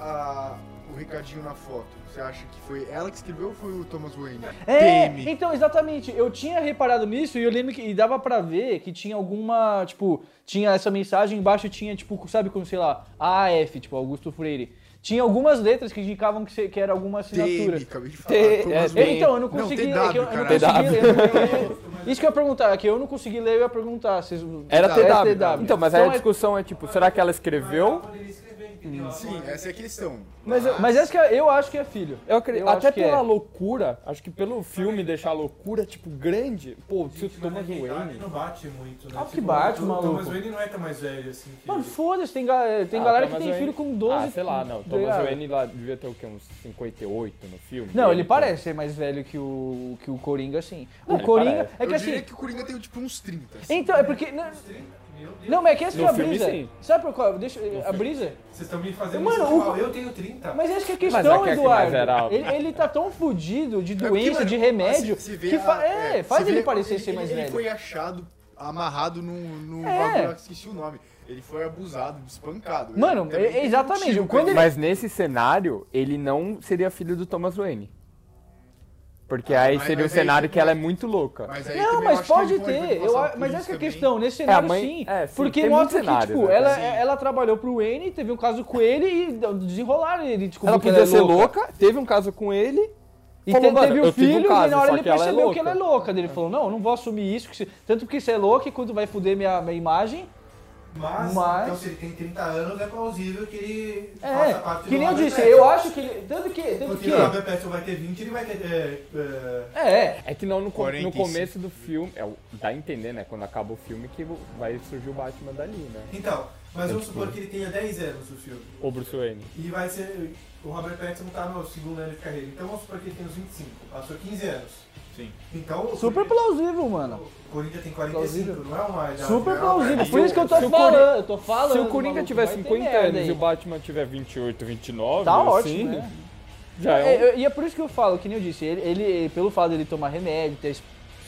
Speaker 1: Ah, o recadinho na foto? Você acha que foi ela que escreveu ou foi o Thomas Wayne?
Speaker 3: É,
Speaker 1: Teme.
Speaker 3: então, exatamente. Eu tinha reparado nisso e eu lembro que e dava pra ver que tinha alguma, tipo, tinha essa mensagem embaixo tinha, tipo, sabe como, sei lá, AF, tipo, Augusto Freire. Tinha algumas letras que indicavam que, se- que era alguma assinatura.
Speaker 1: Teme, acabei de falar.
Speaker 4: T-
Speaker 1: Thomas
Speaker 4: é,
Speaker 3: É,
Speaker 1: Wayne.
Speaker 3: então, eu não consegui.
Speaker 1: tem
Speaker 3: é que eu- eu
Speaker 1: W,
Speaker 3: não
Speaker 1: caralho.
Speaker 3: consegui ler, eu- eu- Isso que eu ia perguntar, é que eu não consegui ler, eu ia perguntar. Vocês,
Speaker 4: Era
Speaker 1: Tá,
Speaker 4: TW.
Speaker 1: STW.
Speaker 4: Então, mas aí a
Speaker 3: é Então é-
Speaker 4: discussão é tipo, será que ela escreveu?
Speaker 5: Poderia escrever, entendeu?
Speaker 1: Sim, essa é a questão.
Speaker 4: Mas eu,
Speaker 3: Mas essa que é- eu acho que é filho.
Speaker 4: eu acredito,
Speaker 3: Eu acho
Speaker 4: até
Speaker 3: que
Speaker 4: pela
Speaker 3: é.
Speaker 4: loucura, acho que pelo filme deixar a loucura, tipo, grande, pô, se o
Speaker 5: Gente, mas
Speaker 4: Thomas
Speaker 5: é que a idade
Speaker 4: Wayne...
Speaker 5: não bate muito, né?
Speaker 3: Claro
Speaker 2: Tipo,
Speaker 3: que bate,
Speaker 5: o
Speaker 3: maluco.
Speaker 5: Thomas Wayne não é tão mais velho assim que...
Speaker 3: Mano, foda-se, tem, ga- tem
Speaker 4: Ah,
Speaker 3: galera que
Speaker 4: Thomas
Speaker 3: tem filho
Speaker 4: Wayne-
Speaker 3: com 12.
Speaker 4: Ah, sei lá, não,
Speaker 3: tá
Speaker 4: Thomas
Speaker 3: ligado?
Speaker 4: Wayne lá devia ter o quê, uns 58 no filme?
Speaker 3: Não, ele
Speaker 4: tá-
Speaker 3: parece ser mais velho que o, que o Coringa, sim. O
Speaker 4: ele
Speaker 3: Coringa.
Speaker 4: parece.
Speaker 3: É que
Speaker 1: eu diria
Speaker 3: assim.
Speaker 1: que o Coringa tem tipo uns 30. assim.
Speaker 3: Então, é porque. Não,
Speaker 5: Meu Deus.
Speaker 3: não, mas é que essa
Speaker 4: No
Speaker 3: que é a
Speaker 4: filme,
Speaker 3: brisa.
Speaker 4: sim.
Speaker 3: Sabe por qual? Deixa, a brisa?
Speaker 5: Vocês estão me fazendo
Speaker 3: Mano,
Speaker 5: isso
Speaker 3: o-
Speaker 5: mal. Eu tenho 30.
Speaker 3: Mas essa que é a
Speaker 4: Mas
Speaker 3: questão,
Speaker 4: aqui é que é mais geral.
Speaker 3: Eduardo. Ele, ele tá tão fudido de
Speaker 1: É porque,
Speaker 3: doença,
Speaker 1: mano,
Speaker 3: de remédio.
Speaker 1: assim, se vê
Speaker 3: que
Speaker 1: a-
Speaker 3: fa- é,
Speaker 1: se
Speaker 3: faz
Speaker 1: vê-
Speaker 3: ele parecer ser mais
Speaker 1: ele
Speaker 3: velho.
Speaker 1: foi achado amarrado num, num
Speaker 3: É.
Speaker 1: bagulho, eu esqueci o nome. Ele foi abusado, espancado.
Speaker 3: Mano,
Speaker 1: Também
Speaker 3: é-
Speaker 1: tem um
Speaker 3: exatamente,
Speaker 1: motivo
Speaker 3: quando
Speaker 1: pra
Speaker 3: ele-
Speaker 4: Mas nesse cenário, ele não seria filho do Thomas Wayne. Porque aí
Speaker 1: mas-
Speaker 4: seria um
Speaker 1: mas aí
Speaker 4: cenário
Speaker 1: você
Speaker 4: que ela é
Speaker 1: pode-
Speaker 4: muito louca.
Speaker 1: Mas aí
Speaker 3: Não,
Speaker 1: também eu
Speaker 3: mas
Speaker 1: acho que
Speaker 3: pode
Speaker 1: ele pode
Speaker 3: ter.
Speaker 1: passar
Speaker 3: Eu,
Speaker 1: por
Speaker 3: a-
Speaker 1: isso
Speaker 3: mas essa que é a
Speaker 1: também.
Speaker 3: questão, nesse cenário
Speaker 4: mãe-
Speaker 3: sim.
Speaker 4: é, sim,
Speaker 3: porque
Speaker 4: tem muitos
Speaker 3: mostra que,
Speaker 4: cenários,
Speaker 3: tipo,
Speaker 4: né?
Speaker 3: ela,
Speaker 1: Sim.
Speaker 3: ela trabalhou pro Wayne, teve um caso com ele e desenrolaram ele. Descobriu
Speaker 4: Ela
Speaker 3: que
Speaker 4: podia
Speaker 3: é
Speaker 4: ser louca. teve um caso com ele.
Speaker 3: E
Speaker 4: falou,
Speaker 3: te-
Speaker 4: "Mano,
Speaker 3: teve
Speaker 4: eu
Speaker 3: o
Speaker 4: tive um
Speaker 3: filho
Speaker 4: caso,
Speaker 3: e na hora
Speaker 4: só
Speaker 3: ele
Speaker 4: que ela é
Speaker 3: percebeu que ela
Speaker 4: louca."
Speaker 3: é louca. Daí Ele falou, não, eu não vou assumir isso. que se- Tanto porque você é louca e quando vai fuder minha, minha imagem...
Speaker 5: Mas,
Speaker 3: Mas-
Speaker 5: então se ele tem 30 anos, é plausível que ele faça
Speaker 3: É,
Speaker 5: parte
Speaker 3: que
Speaker 5: do
Speaker 3: nem eu
Speaker 5: Robert
Speaker 3: disse,
Speaker 5: Pattinson.
Speaker 3: eu acho que... ele- Tanto que... Tanto
Speaker 5: Porque
Speaker 3: que
Speaker 5: o Robert Pattinson vai ter 20, ele vai ter... é, é,
Speaker 3: é,
Speaker 4: É que não no, co- no
Speaker 1: 45.
Speaker 4: começo do filme. É, o- dá a entender, né? Quando acaba o filme que vai surgir o Batman dali, né?
Speaker 5: Então, mas vamos supor que ele tenha 10 anos no filme.
Speaker 4: O Bruce Wayne.
Speaker 5: E vai ser. O Robert Pattinson tá no segundo ano de carreira. Então vamos supor que ele tem uns 25. Passou 15 anos.
Speaker 1: Sim.
Speaker 5: Então. o Corinthians-
Speaker 3: super plausível, mano.
Speaker 5: O Corinthians tem 45,
Speaker 3: Plausível.
Speaker 5: não é uma idade.
Speaker 3: Super
Speaker 5: real,
Speaker 3: plausível.
Speaker 5: cara.
Speaker 3: Por isso que eu tô
Speaker 4: se o
Speaker 3: falando,
Speaker 4: Coringa-
Speaker 3: eu tô falando.
Speaker 4: Se o Coringa
Speaker 3: maluco,
Speaker 4: tiver
Speaker 3: vai ter
Speaker 4: 50
Speaker 3: merda
Speaker 4: anos
Speaker 3: aí.
Speaker 4: e o Batman tiver 28, 29,
Speaker 3: Tá
Speaker 4: assim,
Speaker 3: ótimo, né?
Speaker 4: já é um...
Speaker 3: É, eu- e é por isso que eu falo, que nem eu disse, ele, ele- pelo fato dele tomar remédio, ter es-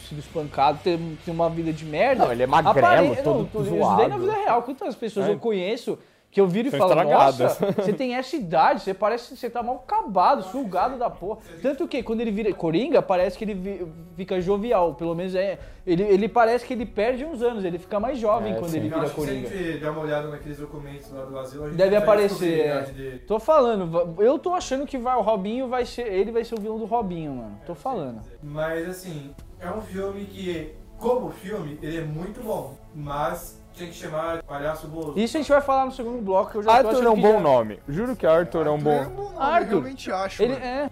Speaker 3: sido espancado, ter, ter uma vida de merda.
Speaker 4: Não, ele é magrelo,
Speaker 3: aparenta-
Speaker 4: todo
Speaker 3: não, Isso daí
Speaker 4: zoado.
Speaker 3: na vida real, quantas pessoas
Speaker 4: É.
Speaker 3: eu conheço que eu viro e
Speaker 4: São
Speaker 3: falo,
Speaker 4: estragadas.
Speaker 3: nossa, você tem essa idade, você parece que você tá mal acabado, sugado da porra. Tanto que quando ele vira coringa, parece que ele vi- fica jovial, pelo menos é. Ele, ele parece que ele perde uns anos, ele fica mais jovem
Speaker 4: É,
Speaker 3: quando
Speaker 4: sim.
Speaker 3: ele
Speaker 5: Eu
Speaker 3: vira
Speaker 5: acho que se a
Speaker 3: coringa.
Speaker 5: gente der uma olhada naqueles documentos lá do asilo, a gente
Speaker 3: Deve
Speaker 5: consegue
Speaker 3: aparecer,
Speaker 5: descobrir a
Speaker 3: é.
Speaker 5: idade dele.
Speaker 3: Tô falando, va- eu tô achando que vai, o Robinho vai ser. Ele vai ser o vilão do Robinho, mano. Tô falando.
Speaker 5: Mas assim, é um filme que, como filme, ele é muito bom. Mas tinha que chamar Palhaço Bozo.
Speaker 3: Isso a gente vai falar no segundo bloco, que então eu já tô
Speaker 4: Arthur
Speaker 3: achando
Speaker 4: é um
Speaker 3: que
Speaker 4: bom
Speaker 3: já-
Speaker 4: nome. Juro que Arthur é um
Speaker 1: Arthur é
Speaker 4: bom.
Speaker 1: nome,
Speaker 3: Arthur.
Speaker 1: Eu realmente acho.
Speaker 3: Ele
Speaker 1: mano.
Speaker 3: é.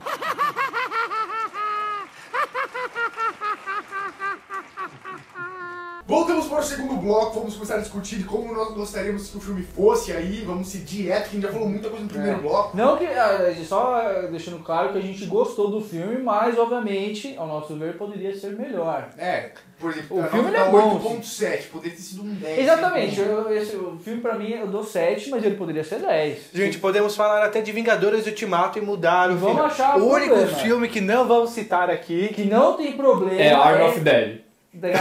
Speaker 1: Voltamos para o segundo bloco, vamos começar a discutir como nós gostaríamos que o filme fosse aí, vamos ser direto, que a gente já falou muita coisa no primeiro bloco.
Speaker 3: Não que. ah, Só ah, deixando claro que a gente gostou do filme, mas obviamente, ao nosso ver, poderia ser melhor.
Speaker 1: É, por exemplo,
Speaker 3: O
Speaker 1: a
Speaker 3: filme,
Speaker 1: nota
Speaker 3: ele é
Speaker 1: tá
Speaker 3: bom,
Speaker 1: 8.7, poderia ter sido um 10.
Speaker 3: Exatamente, eu- esse- o filme pra mim eu dou 7, mas ele poderia ser 10.
Speaker 2: Gente, podemos falar até de Vingadores Ultimato e mudar o
Speaker 3: Vamos
Speaker 2: final.
Speaker 3: achar
Speaker 2: o
Speaker 3: algum
Speaker 2: único
Speaker 3: problema.
Speaker 2: filme que não vamos citar aqui.
Speaker 3: Que não tem problema.
Speaker 4: É,
Speaker 3: né?
Speaker 4: Dead.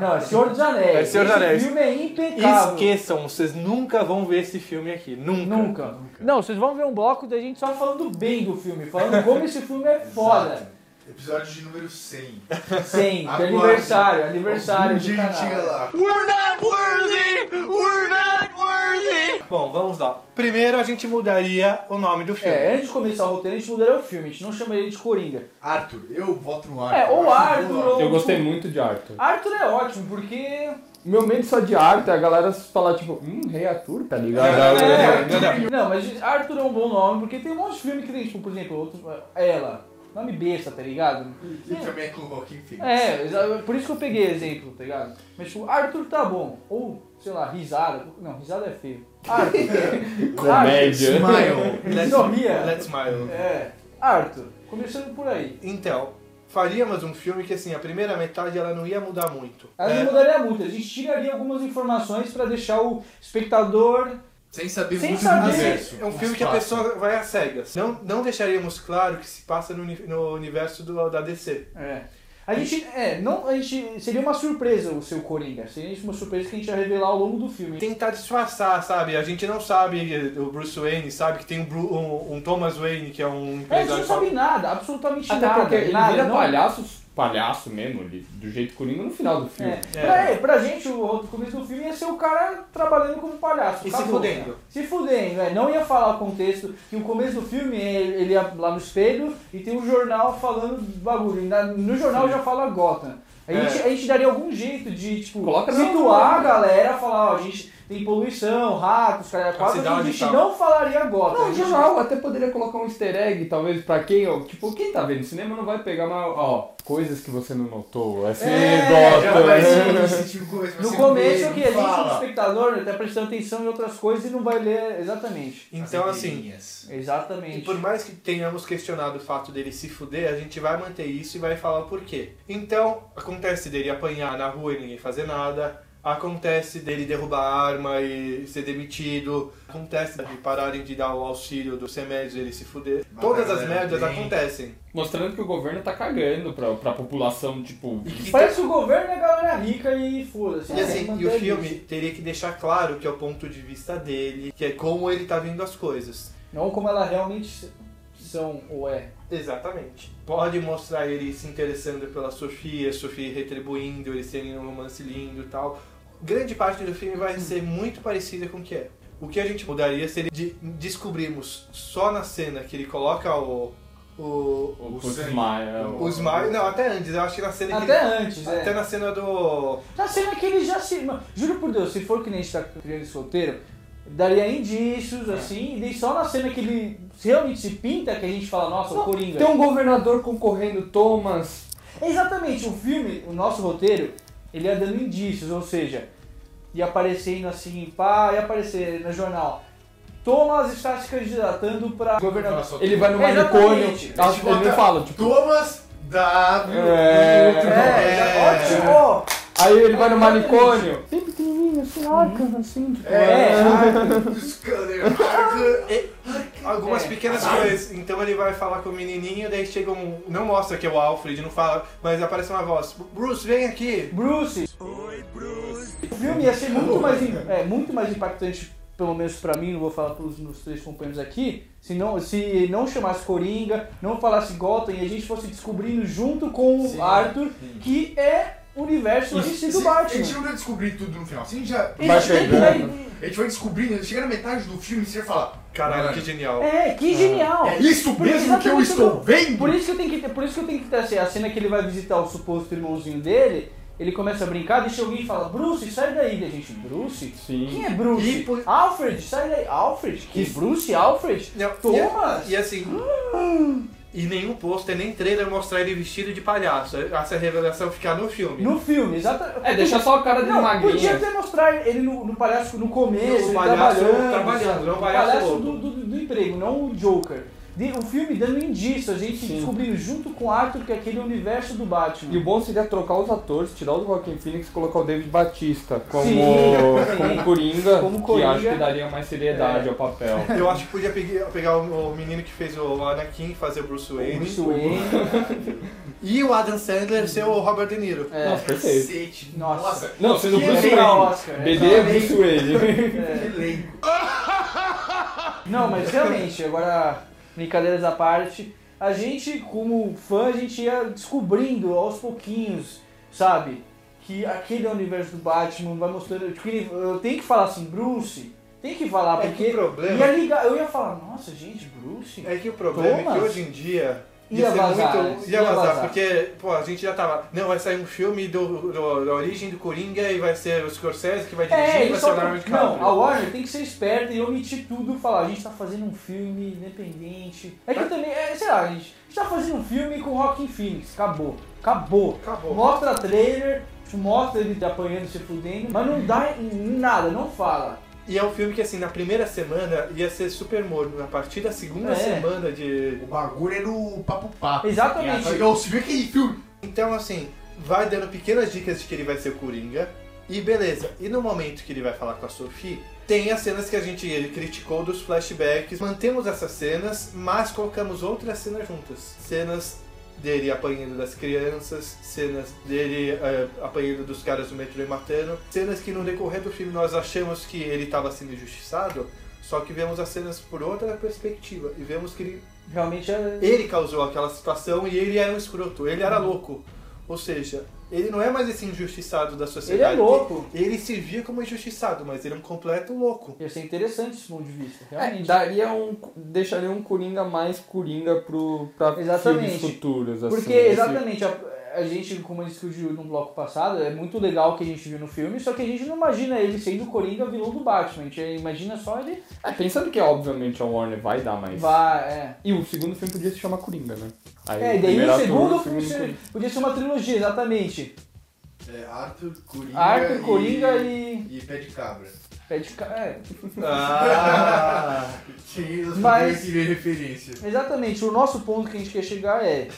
Speaker 3: Não, é Senhor dos Anéis.
Speaker 2: É Senhor dos
Speaker 3: Esse
Speaker 2: Anéis.
Speaker 3: filme é impecável.
Speaker 2: Esqueçam, vocês nunca vão ver esse filme aqui. Nunca.
Speaker 3: Nunca. Não, vocês vão ver um bloco da gente só falando bem do filme, falando como esse filme é foda.
Speaker 1: Episódio de número 100.
Speaker 3: Sim, de
Speaker 1: Aguarde.
Speaker 3: aniversário,
Speaker 1: Um
Speaker 3: aniversário do
Speaker 1: dia a gente
Speaker 3: canal.
Speaker 1: chega lá.
Speaker 2: Bom, vamos lá. Primeiro a gente mudaria o nome do filme.
Speaker 3: É, antes de começar o roteiro, a gente mudaria o filme, a gente não chamaria de Coringa.
Speaker 1: Arthur, eu voto no Arthur.
Speaker 3: É, ou
Speaker 1: Eu acho um bom
Speaker 3: Arthur,
Speaker 1: nome.
Speaker 3: ou...
Speaker 4: muito de Arthur.
Speaker 3: Arthur é ótimo, porque...
Speaker 4: Meu medo só de Arthur é a galera falar, tipo, hum, rei Arthur, tá ligado?
Speaker 3: É, Não, mas Arthur é um bom nome, porque tem um monte de filme que tem, tipo, por exemplo, outro... ela, nome besta, tá ligado?
Speaker 1: Que também é com o Joaquim Phoenix.
Speaker 3: É, exa- por isso que eu peguei exemplo, tá ligado? Mas tipo, Arthur tá bom. Ou, sei lá, risada. Não, risada é feio. Arthur.
Speaker 4: Comédia.
Speaker 1: Smile.
Speaker 3: Arthur. Sorria.
Speaker 2: Let's smile.
Speaker 3: É. Arthur. Começando por aí.
Speaker 2: Então, faríamos um filme que assim, a primeira metade ela não ia mudar muito.
Speaker 3: Aí
Speaker 2: É,
Speaker 3: não mudaria muito. A gente tiraria algumas informações pra deixar o espectador...
Speaker 1: Sem saber
Speaker 3: Sem
Speaker 1: muito
Speaker 3: saber.
Speaker 1: do universo.
Speaker 2: é um filme
Speaker 1: Mas
Speaker 2: que a
Speaker 1: fácil.
Speaker 2: pessoa vai às cegas. Não, não deixaríamos claro que se passa no, uni- no universo do- da DC.
Speaker 3: É. A gente, é, não, a gente, seria uma surpresa o seu Coringa. Seria isso uma surpresa que a gente ia revelar ao longo do filme.
Speaker 5: Tentar disfarçar, sabe? A gente não sabe, eh, o Bruce Wayne sabe que tem um, Bru- um- um Thomas Wayne, que é um
Speaker 3: É, a gente não
Speaker 5: empresário.
Speaker 3: sabe nada, absolutamente
Speaker 4: Até
Speaker 3: nada.
Speaker 4: porque ele
Speaker 3: nada,
Speaker 4: vira
Speaker 3: não-
Speaker 4: palhaço, palhaço mesmo, ele, do jeito Coringa no final do filme.
Speaker 3: É. Pra, é, pra gente, o o começo do filme ia ser o cara trabalhando como palhaço.
Speaker 5: E se
Speaker 3: acabou.
Speaker 5: fudendo.
Speaker 3: Se fudendo, é. Não ia falar o contexto, que o começo do filme é ele ia lá no espelho e tem um jornal falando bagulho. E na- No jornal já fala Gotham. A,
Speaker 5: É.
Speaker 3: gente, a gente daria algum jeito de, tipo,
Speaker 4: Coloca na-
Speaker 3: situar
Speaker 5: né?
Speaker 3: a galera, falar, ó, a gente tem poluição, ratos, cara, quase a
Speaker 5: cidade tá e
Speaker 3: gente
Speaker 5: tal.
Speaker 3: não falaria Gotham. A
Speaker 4: Não,
Speaker 3: gente-
Speaker 4: jornal, até poderia colocar um easter egg, talvez, pra quem, ó, tipo, quem tá vendo cinema não vai pegar, mas, ó, coisas que você não notou, assim,
Speaker 3: É,
Speaker 4: Gotham,
Speaker 2: Já vai
Speaker 4: né?
Speaker 2: ser desse tipo de coisa, vai
Speaker 3: No
Speaker 2: ser
Speaker 3: começo,
Speaker 2: um
Speaker 3: que a gente, como
Speaker 2: fala.
Speaker 3: espectador, está prestando atenção em outras coisas e não vai ler exatamente.
Speaker 5: Então, assim,
Speaker 3: Exatamente.
Speaker 5: E por mais que tenhamos questionado o fato dele se fuder, a gente vai manter isso e vai falar o porquê. Então, acontece dele apanhar na rua e ninguém fazer nada. Acontece dele derrubar a arma e ser demitido. Acontece de pararem de dar o auxílio dos remédios e ele se fuder.
Speaker 2: Mas
Speaker 5: Todas
Speaker 2: a
Speaker 5: as
Speaker 2: galera
Speaker 5: merdas
Speaker 2: tem-
Speaker 5: acontecem.
Speaker 4: Mostrando que o governo tá cagando pra, pra população, tipo...
Speaker 5: E, que
Speaker 3: Parece que o governo é galera rica e foda-se. né?
Speaker 5: E assim,
Speaker 3: Mantém
Speaker 5: e o
Speaker 3: isso.
Speaker 5: filme teria que deixar claro que é o ponto de vista dele, que é como ele tá vendo as coisas.
Speaker 3: Não como elas realmente são ou é.
Speaker 5: Exatamente. Pode mostrar ele se interessando pela Sofia, Sofia retribuindo, eles terem um romance lindo e tal. Grande parte do filme vai ser muito parecida com o que é. O que a gente mudaria seria de descobrirmos só na cena que ele coloca o. O.
Speaker 4: O, o,
Speaker 2: sangue.
Speaker 4: Smile,
Speaker 5: O Smile. Não, até antes, eu acho que na cena que
Speaker 3: Até
Speaker 5: ele-
Speaker 3: antes, é.
Speaker 5: Até na cena do.
Speaker 3: Na cena que ele já se. mano, Juro por Deus, se for que nem a gente tá criando esse roteiro, daria indícios, assim, e daí só na cena que ele realmente se pinta que a gente fala, nossa, o Coringa.
Speaker 4: Tem um governador concorrendo, Thomas.
Speaker 3: Exatamente, o filme, o nosso roteiro, ele ia dando indícios, ou seja, ia aparecendo assim, pá, ia aparecer no jornal. Thomas está se candidatando para governador.
Speaker 4: Ele vai no manicômio.
Speaker 3: Exatamente.
Speaker 4: tá?
Speaker 2: Eles
Speaker 4: Ele não
Speaker 2: botam-
Speaker 4: fala, tipo...
Speaker 2: Thomas W.
Speaker 4: É.
Speaker 2: e outro nome.
Speaker 3: É, já- ó, tipo,
Speaker 4: Aí ele vai no manicômio.
Speaker 3: é,
Speaker 5: Algumas
Speaker 3: É.
Speaker 5: pequenas coisas. Então ele vai falar com o menininho, daí chega um. Não mostra que é o Alfred, não fala, mas aparece uma voz: Bruce, vem aqui!
Speaker 3: Bruce. O filme ia ser muito mais, im- é, muito mais impactante, pelo menos pra mim, não vou falar pros meus três companheiros aqui, se não, se não chamasse Coringa, não falasse Gotham e a gente fosse descobrindo junto com
Speaker 2: Sim.
Speaker 3: o Arthur, que é o universo
Speaker 2: Isso, se-
Speaker 3: DC do
Speaker 2: A gente
Speaker 3: Batman.
Speaker 2: não vai descobrir tudo no final. Se a gente já.
Speaker 3: Ele
Speaker 4: Vai
Speaker 3: tem que-
Speaker 4: chegando.
Speaker 2: A gente vai descobrindo, chega na metade do filme e você vai falar.
Speaker 5: Caralho,
Speaker 2: "Mano,
Speaker 5: que genial.
Speaker 3: É, que genial!
Speaker 2: É isso
Speaker 3: Por-
Speaker 2: mesmo que eu
Speaker 3: exatamente
Speaker 2: estou
Speaker 3: tudo.
Speaker 2: vendo?
Speaker 3: Por isso que eu tenho que ter, por isso que eu tenho que ter assim, a cena que ele vai visitar o suposto irmãozinho dele, ele começa a brincar, deixa alguém e fala, Bruce, sai daí, da gente, Bruce? Quem
Speaker 4: Sim.
Speaker 3: é Bruce?
Speaker 5: E por-
Speaker 3: Alfred, sai daí. Alfred? Que
Speaker 5: Isso.
Speaker 3: Bruce? Alfred?
Speaker 5: Não,
Speaker 3: Thomas?
Speaker 5: E, e assim. E nenhum pôster, nem trailer mostrar ele vestido de palhaço. Essa revelação ficar no filme.
Speaker 3: No filme, exatamente.
Speaker 4: É, deixa só o cara de
Speaker 3: Não,
Speaker 4: magrinho.
Speaker 3: podia até mostrar ele no, no palhaço no começo,
Speaker 5: No
Speaker 3: ele
Speaker 5: palhaço
Speaker 3: trabalhando.
Speaker 5: trabalhando,
Speaker 3: sabe?
Speaker 5: não
Speaker 3: O
Speaker 5: palhaço louco.
Speaker 3: do, do- do emprego, não o Joker. De- o filme dando indício, a gente descobrindo junto com Arthur que é aquele universo do Batman.
Speaker 4: E o bom seria trocar os atores, tirar o Joaquim Phoenix e colocar o David Batista como,
Speaker 3: Sim.
Speaker 4: como Coringa,
Speaker 3: Como
Speaker 4: que
Speaker 3: Coringa. É.
Speaker 4: acho que daria mais seriedade ao papel.
Speaker 5: Eu acho que podia pegar, pegar o, o menino que fez o Anakin e fazer o Bruce Wayne.
Speaker 3: Bruce Wayne.
Speaker 5: E o Adam Sandler ser o Robert De Niro.
Speaker 3: É.
Speaker 4: Nossa, perfeito.
Speaker 2: Cacete,
Speaker 3: Nossa.
Speaker 2: nossa.
Speaker 4: Não, sendo
Speaker 2: Que
Speaker 4: Bruce
Speaker 2: elenco.
Speaker 3: Pra
Speaker 4: Wayne.
Speaker 3: Oscar. É. né?
Speaker 4: BD é Bruce Wayne.
Speaker 2: Que elenco.
Speaker 3: Não, mas realmente, agora, brincadeiras à parte, a gente, como fã, a gente ia descobrindo aos pouquinhos, sabe? Que aquele é o universo do Batman, vai mostrando. tipo, ele- Eu tenho que falar assim, Bruce, tem que falar,
Speaker 5: É
Speaker 3: Ah, porque.
Speaker 5: que o problema-
Speaker 3: ia ligar, eu ia falar, nossa, gente, Bruce.
Speaker 5: É que o problema é que
Speaker 3: Thomas?
Speaker 5: hoje em dia.
Speaker 3: Ia
Speaker 5: ser
Speaker 3: vazar,
Speaker 5: muito,
Speaker 3: né?
Speaker 5: ia,
Speaker 3: Ia
Speaker 5: vazar,
Speaker 3: vazar.
Speaker 5: porque pô, a gente já tava. Não, vai sair um filme do, do- da origem do Coringa e vai ser o Scorsese que vai dirigir
Speaker 3: É,
Speaker 5: e
Speaker 3: ele
Speaker 5: vai ser o
Speaker 3: só.
Speaker 5: Leonardo DiCaprio.
Speaker 3: Não, a Warner tem que ser esperta e omitir tudo e falar, a gente tá fazendo um filme independente. É
Speaker 5: Tá.
Speaker 3: que também, é, sei lá, a gente, a gente tá fazendo um filme com o Rockin' Phoenix, acabou, acabou.
Speaker 5: Acabou.
Speaker 3: Mostra trailer, te mostra ele te apanhando, se fudendo, mas não dá em nada, não fala.
Speaker 5: E é um filme que, assim, na primeira semana ia ser super morno. A partir da segunda
Speaker 3: É.
Speaker 5: semana de.
Speaker 2: O bagulho é no papo papo.
Speaker 3: Exatamente.
Speaker 2: É, Eu, você viu aquele filme?
Speaker 5: Então, assim, vai dando pequenas dicas de que ele vai ser o Coringa. E beleza. E no momento que ele vai falar com a Sophie, tem as cenas que a gente criticou dos flashbacks. Mantemos essas cenas, mas colocamos outras cenas juntas. Cenas dele apanhando das crianças, cenas dele eh, apanhando dos caras do metrô e matando, cenas que no decorrer do filme nós achamos que ele estava sendo injustiçado, só que vemos as cenas por outra perspectiva e vemos que ele,
Speaker 3: Realmente é.
Speaker 5: ele causou aquela situação e ele era um escroto, ele
Speaker 3: Uhum.
Speaker 5: era louco. Ou seja, ele não é mais esse injustiçado da
Speaker 3: Ele é
Speaker 5: sociedade.
Speaker 3: louco.
Speaker 5: Ele se via como injustiçado, mas ele é um completo louco.
Speaker 3: Ia ser interessante esse ponto de vista,
Speaker 4: É,
Speaker 3: realmente.
Speaker 4: daria um, deixaria um Coringa mais Coringa pro, pra
Speaker 3: Exatamente.
Speaker 4: filmes futuros. Assim,
Speaker 3: Porque,
Speaker 4: esse-
Speaker 3: exatamente, a, a gente, como a gente discutiu no bloco passado, é muito legal o que a gente viu no filme, só que a gente não imagina ele sendo o Coringa vilão do Batman. A gente imagina só ele
Speaker 4: É, pensando que obviamente a Warner vai dar mais.
Speaker 3: vai, é.
Speaker 4: E o segundo filme podia se chamar Coringa, né? Aí,
Speaker 3: É, e daí
Speaker 4: primeira
Speaker 3: o
Speaker 4: turma,
Speaker 3: segundo
Speaker 4: o segundo
Speaker 3: podia,
Speaker 4: Coringa.
Speaker 3: podia ser uma trilogia, exatamente.
Speaker 1: É Arthur, Coringa.
Speaker 3: Arthur, Coringa
Speaker 1: E Pé de Cabra.
Speaker 3: Pé de ca- é.
Speaker 1: Ah! Tinha as
Speaker 3: Mas-
Speaker 1: Mas... tirei referência.
Speaker 3: Exatamente, o nosso ponto que a gente quer chegar é.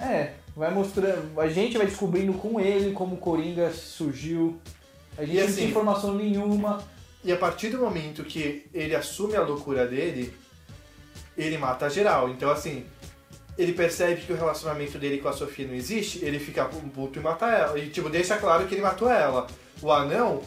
Speaker 3: É, vai mostrando. A gente vai descobrindo com ele como o Coringa surgiu. A gente
Speaker 5: E
Speaker 3: não
Speaker 5: assim-
Speaker 3: tem informação nenhuma.
Speaker 5: E a partir do momento que ele assume a loucura dele, ele mata geral. Então, assim, ele percebe que o relacionamento dele com a Sofia não existe, ele fica um puto e mata ela. E, tipo, deixa claro que ele matou ela. O anão,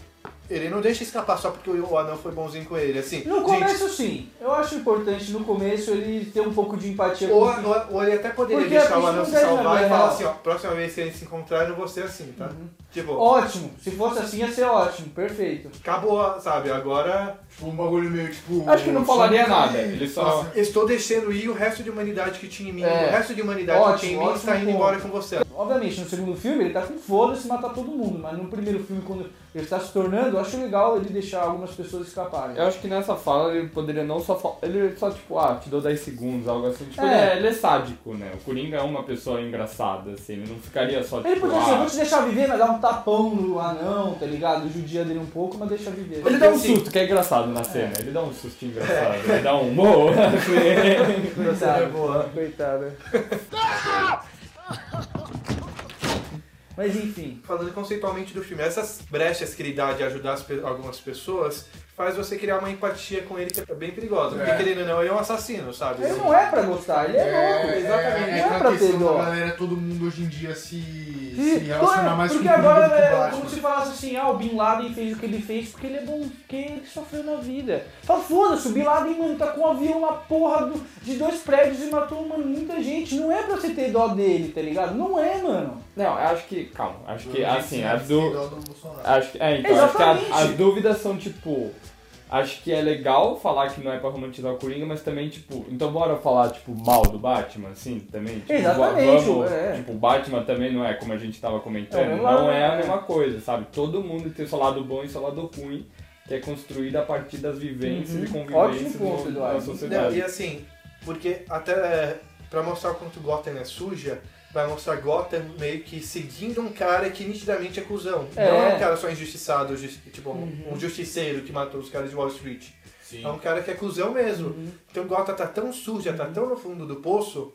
Speaker 5: ele não deixa escapar só porque o anão foi bonzinho com ele. Assim,
Speaker 3: No
Speaker 5: gente,
Speaker 3: começo, sim. Eu acho importante no começo ele ter um pouco de empatia
Speaker 5: ou,
Speaker 3: com o
Speaker 5: ou- ou ele até poderia
Speaker 3: Porque
Speaker 5: deixar
Speaker 3: a
Speaker 5: o anão
Speaker 3: gente
Speaker 5: se
Speaker 3: não deve
Speaker 5: salvar
Speaker 3: né?
Speaker 5: e
Speaker 3: namorar
Speaker 5: falar
Speaker 3: ela.
Speaker 5: assim, ó, próxima vez que eles se encontrarem, eu vou ser assim, tá? Tipo,
Speaker 3: Uhum. Ótimo, se fosse assim ia ser ótimo, perfeito.
Speaker 5: acabou, sabe? Agora
Speaker 1: Tipo, um bagulho meio tipo.
Speaker 4: Acho que não falaria nada.
Speaker 1: Ele
Speaker 4: Ele só.
Speaker 5: Estou deixando ir o resto de humanidade que tinha em mim.
Speaker 3: É.
Speaker 5: O resto de humanidade que
Speaker 3: Ótimo,
Speaker 5: tinha em mim
Speaker 3: ótimo
Speaker 5: está indo
Speaker 3: ponto.
Speaker 5: embora com você.
Speaker 3: Obviamente, no segundo filme ele tá com foda-se matar todo mundo, mas no primeiro filme, quando ele está se tornando, eu acho legal ele deixar algumas pessoas escaparem.
Speaker 4: Eu acho que nessa fala ele poderia não só falar. Ele só, tipo, ah, te dou 10 segundos, algo assim. Tipo,
Speaker 3: É.
Speaker 4: ele, é, ele é sádico, né? O Coringa é uma pessoa engraçada, assim. Ele não ficaria só, tipo,
Speaker 3: Ele podia
Speaker 4: ah,
Speaker 3: ser, eu vou te deixar viver, mas dá um tapão no anão, tá ligado? Judia dele um pouco, mas deixa viver.
Speaker 4: Ele dá um
Speaker 5: Assim.
Speaker 4: susto, que é engraçado na cena. Ele dá um susto engraçado.
Speaker 3: É.
Speaker 4: Ele dá um mo. assim.
Speaker 3: Coitado, coitado. Mas enfim,
Speaker 5: Falando conceitualmente do filme, essas brechas que ele dá de ajudar as pe- algumas pessoas faz você criar uma empatia com ele que é bem perigosa. Porque
Speaker 1: É.
Speaker 5: querendo ou não, ele é um assassino, sabe?
Speaker 3: ele não é pra gostar, ele é, louco.
Speaker 1: exatamente. É,
Speaker 3: Não é
Speaker 1: aquela
Speaker 3: pra ter
Speaker 1: questão
Speaker 3: dó.
Speaker 1: da galera, todo mundo hoje em dia se,
Speaker 3: E-
Speaker 1: se
Speaker 3: Não
Speaker 1: relacionar
Speaker 3: é,
Speaker 1: mais
Speaker 3: porque
Speaker 1: com o Coringa
Speaker 3: agora
Speaker 1: do que com o
Speaker 3: é
Speaker 1: Batman.
Speaker 3: como se falasse assim, ah, o Bin Laden fez o que ele fez porque ele é bom, porque ele sofreu na vida. Fala, foda-se, o Bin Laden, mano, tá com um avião na porra do- de dois prédios e matou, mano, muita gente. Não é pra você ter dó dele, tá ligado? Não é, mano.
Speaker 4: Não, eu acho que. Calma. Acho que,
Speaker 1: Eu não sei
Speaker 4: assim,
Speaker 1: se
Speaker 4: a
Speaker 1: é
Speaker 4: do.
Speaker 1: igual do Bolsonaro.
Speaker 4: Acho que, é, então, acho que a-
Speaker 3: Exatamente.
Speaker 4: as dúvidas são tipo. Acho que é legal falar que não é pra romantizar o Coringa, mas também, tipo, então bora falar, tipo, mal do Batman, assim, também? Tipo,
Speaker 3: Exatamente,
Speaker 4: va- vamos,
Speaker 3: é.
Speaker 4: Tipo, o Batman também não é, como a gente
Speaker 3: É
Speaker 4: tava
Speaker 3: o
Speaker 4: comentando,
Speaker 3: mesmo
Speaker 4: não
Speaker 3: lado,
Speaker 4: é a
Speaker 3: é.
Speaker 4: mesma coisa, sabe? Todo mundo tem seu lado bom e seu lado ruim, que é construído a partir das vivências
Speaker 3: Uhum.
Speaker 4: e
Speaker 3: Ótimo
Speaker 4: convivências
Speaker 3: ponto,
Speaker 4: no-
Speaker 3: Eduardo.
Speaker 4: na
Speaker 5: Não,
Speaker 4: sociedade.
Speaker 5: e assim, porque até é, pra mostrar o quanto Gotham é suja, vai mostrar Gotham meio que seguindo um cara que nitidamente é cuzão.
Speaker 3: É. Uhum.
Speaker 5: Não é um cara só injustiçado, justi- tipo, um justiceiro que matou os caras de Wall Street.
Speaker 1: Sim.
Speaker 5: É um cara que é cuzão mesmo.
Speaker 3: Uhum.
Speaker 5: Então Gota tá tão suja, tá tão no fundo do poço,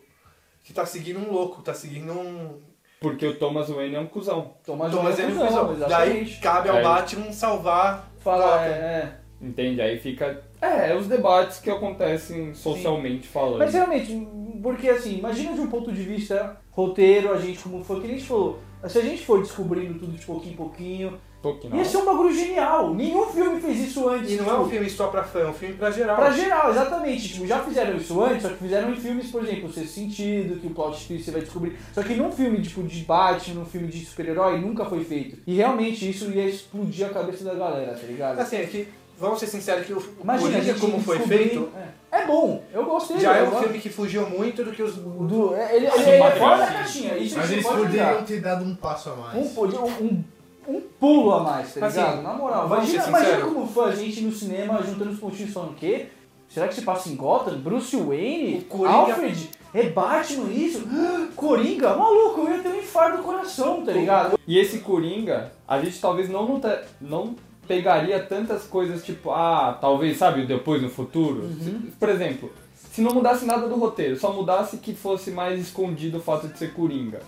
Speaker 5: que tá seguindo um louco, tá seguindo um.
Speaker 4: Porque o Thomas Wayne é um cuzão.
Speaker 3: Thomas
Speaker 5: Thomas
Speaker 3: Wayne é
Speaker 5: Wayne
Speaker 3: cuzão,
Speaker 5: cuzão. Daí
Speaker 3: exatamente.
Speaker 5: cabe ao
Speaker 4: É.
Speaker 5: Batman salvar.
Speaker 3: Fala,
Speaker 5: Gotham.
Speaker 3: é.
Speaker 4: Entende? Aí fica. É, os debates que acontecem socialmente falando.
Speaker 3: Mas realmente, porque assim, imagina de um ponto de vista roteiro, a gente como foi, que nem a gente falou, se a gente for descobrindo tudo de pouquinho em pouquinho,
Speaker 4: Pouquinho,
Speaker 3: ia ser um bagulho genial. Nenhum filme fez isso antes.
Speaker 5: E não é
Speaker 3: tipo,
Speaker 5: um filme só pra fã, é um filme pra geral.
Speaker 3: Pra geral, exatamente. Tipo, já fizeram isso antes, só que fizeram em filmes, por exemplo, o Sexto Sentido, que o plot twist você vai descobrir. Só que num filme tipo, de Batman, num filme de super-herói, nunca foi feito. E realmente isso ia explodir a cabeça da galera, tá ligado?
Speaker 5: Assim, é que, vamos ser sinceros, que o o
Speaker 3: Imagina, a
Speaker 5: Coringa,
Speaker 3: gente
Speaker 5: como foi
Speaker 3: descobrir-
Speaker 5: feito,
Speaker 3: É, É bom, eu gostei.
Speaker 5: já é
Speaker 3: eu
Speaker 5: um
Speaker 3: gosto.
Speaker 5: filme que fugiu muito do que os.
Speaker 3: Do, é, ele, ele,
Speaker 4: Assim,
Speaker 3: ele é
Speaker 4: material,
Speaker 3: fora da
Speaker 4: assim.
Speaker 3: caixinha. Isso a
Speaker 1: Mas
Speaker 3: gente
Speaker 1: eles
Speaker 3: pode
Speaker 1: poderiam
Speaker 3: negar.
Speaker 1: ter dado um passo a mais.
Speaker 3: Um, pod- um, um, um pulo a mais, tá
Speaker 5: Mas,
Speaker 3: ligado?
Speaker 5: assim,
Speaker 3: Na moral,
Speaker 5: vamos ser
Speaker 3: imagina,
Speaker 5: sinceros.
Speaker 3: imagina como fã a gente no cinema juntando os pontinhos falando o quê? Será que se passa em Gotham? Bruce Wayne?
Speaker 5: O Coringa-
Speaker 3: Alfred? É Batman isso? Coringa? Maluco, eu ia ter um infarto do coração, tá ligado?
Speaker 4: E esse Coringa, a gente talvez não, nota- não pegaria tantas coisas tipo, ah, talvez, sabe, depois no futuro.
Speaker 3: Uhum.
Speaker 4: Se- por exemplo, se não mudasse nada do roteiro, só mudasse que fosse mais escondido o fato de ser Coringa.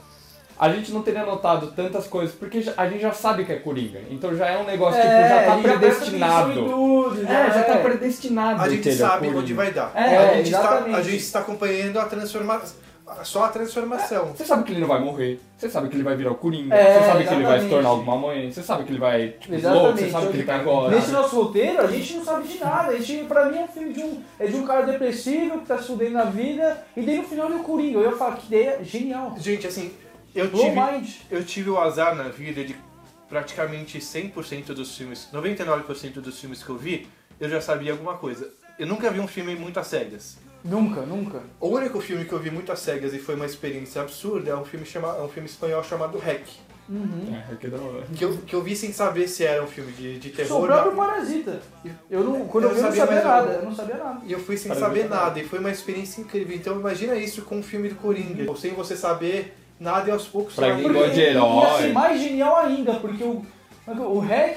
Speaker 4: A gente não teria notado tantas coisas, porque já- a gente já sabe que é Coringa. Então já é um negócio, tipo, já tá
Speaker 3: ele presta atenção em
Speaker 4: predestinado.
Speaker 3: Tudo,
Speaker 4: É, já tá
Speaker 3: é.
Speaker 4: predestinado.
Speaker 5: A gente
Speaker 4: entendeu?
Speaker 5: sabe
Speaker 4: Coringa.
Speaker 5: onde vai dar.
Speaker 4: É,
Speaker 5: a, gente está, a
Speaker 3: né? exatamente.
Speaker 5: gente está acompanhando a transformação. Só a transformação.
Speaker 4: Você sabe que ele não vai morrer, você sabe que ele vai virar o Coringa,
Speaker 3: É,
Speaker 4: você sabe que ele vai se
Speaker 3: exatamente.
Speaker 4: tornar alguma mãe, você sabe que ele vai, tipo,
Speaker 3: Exatamente.
Speaker 4: louco, você sabe que ele tá agora.
Speaker 3: Nesse nosso roteiro, a gente não sabe de nada. A gente, pra mim, é um filme de um, é de um cara depressivo que tá se fudendo na vida. E daí no final ele é o Coringa. Eu ia falar que ideia genial.
Speaker 5: Gente, assim, eu
Speaker 3: Blow
Speaker 5: tive,
Speaker 3: mind.
Speaker 5: eu tive o azar na vida de praticamente 100% dos filmes, 99% dos filmes que eu vi, eu já sabia alguma coisa. Eu nunca vi um filme muito às cegas.
Speaker 3: Nunca, nunca.
Speaker 5: O único filme que eu vi muito às cegas e foi uma experiência absurda é um filme, chama, é um filme espanhol chamado Hack.
Speaker 3: Uhum.
Speaker 4: É, que da hora.
Speaker 5: Que eu, que eu vi sem saber se era um filme de, de
Speaker 3: Sou
Speaker 5: terror.
Speaker 3: o próprio
Speaker 5: na-
Speaker 3: parasita. Eu não, quando eu,
Speaker 5: Eu
Speaker 3: vi, eu não
Speaker 5: sabia
Speaker 3: sabia
Speaker 5: mais
Speaker 3: nada.
Speaker 5: nada.
Speaker 3: Eu não sabia nada.
Speaker 5: E eu fui sem
Speaker 4: Para
Speaker 5: saber
Speaker 4: ver.
Speaker 5: nada, e foi uma experiência incrível. Então imagina isso com o filme do Coringa, Ou sem você saber nada e aos poucos
Speaker 4: Pra
Speaker 5: você
Speaker 4: quem gosta de
Speaker 3: e,
Speaker 4: herói.
Speaker 3: assim, mais genial ainda, porque o, é o hack,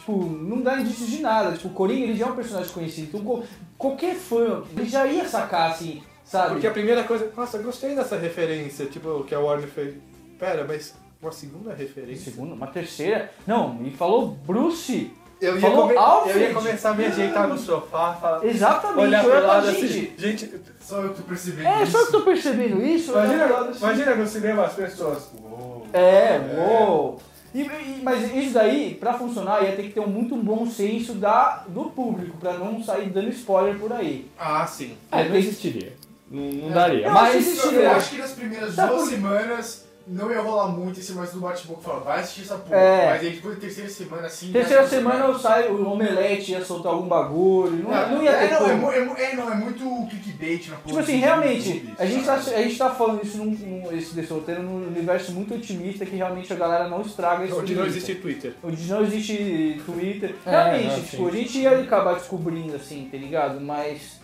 Speaker 3: tipo, não dá indícios de nada. Tipo, o Coringa, ele já é um personagem conhecido. Então, co- qualquer fã, ele já ia sacar, assim, sabe?
Speaker 5: Porque a primeira coisa, nossa, gostei dessa referência, tipo, que a Warner fez. Pera, mas uma segunda referência?
Speaker 3: Segunda, uma terceira. Não, e falou Bruce.
Speaker 5: Eu ia,
Speaker 3: Falou
Speaker 5: come-
Speaker 3: Alfred.
Speaker 5: eu ia começar a me ajeitar no sofá, falar.
Speaker 3: Exatamente,
Speaker 5: Olhar
Speaker 3: olha
Speaker 5: pro
Speaker 3: pra
Speaker 5: lado
Speaker 3: gente.
Speaker 5: assim. Gente,
Speaker 1: Só eu tô percebendo
Speaker 3: É,
Speaker 1: isso.
Speaker 3: só que tô percebendo isso. olha
Speaker 5: imagina,
Speaker 3: pro lado assim.
Speaker 5: imagina no cinema as pessoas. "Uou".
Speaker 3: É, uou! E, e- mas isso daí, pra funcionar, ia ter que ter um muito bom senso da, do público, pra não sair dando spoiler por aí.
Speaker 5: Ah, sim.
Speaker 4: Ah, não existiria. Não, não
Speaker 1: É.
Speaker 4: daria.
Speaker 3: Eu
Speaker 4: Mas.
Speaker 3: acho que
Speaker 1: Eu,
Speaker 3: existiria.
Speaker 1: eu acho que nas primeiras
Speaker 3: Tá
Speaker 1: duas
Speaker 3: por-
Speaker 1: semanas não ia rolar muito esse mais do bate-boca falar, vai assistir essa porra.
Speaker 3: É.
Speaker 1: Mas aí depois da terceira semana, assim.
Speaker 3: Terceira
Speaker 1: vai-
Speaker 3: semana eu saio, o omelete ia soltar algum bagulho, não, não ia
Speaker 1: é,
Speaker 3: ter
Speaker 1: não, é,
Speaker 3: como.
Speaker 1: mu- é, mu- é, não, é muito clickbait na porra.
Speaker 3: Tipo assim, realmente, a gente tá, a gente tá falando isso num, num, esse desse roteiro num universo muito otimista que realmente a galera não estraga isso.
Speaker 5: Onde não existe Twitter.
Speaker 3: Onde não existe Twitter.
Speaker 4: É,
Speaker 3: Realmente,
Speaker 4: não,
Speaker 3: tipo,
Speaker 4: sim.
Speaker 3: a gente ia acabar descobrindo assim, tá ligado? Mas.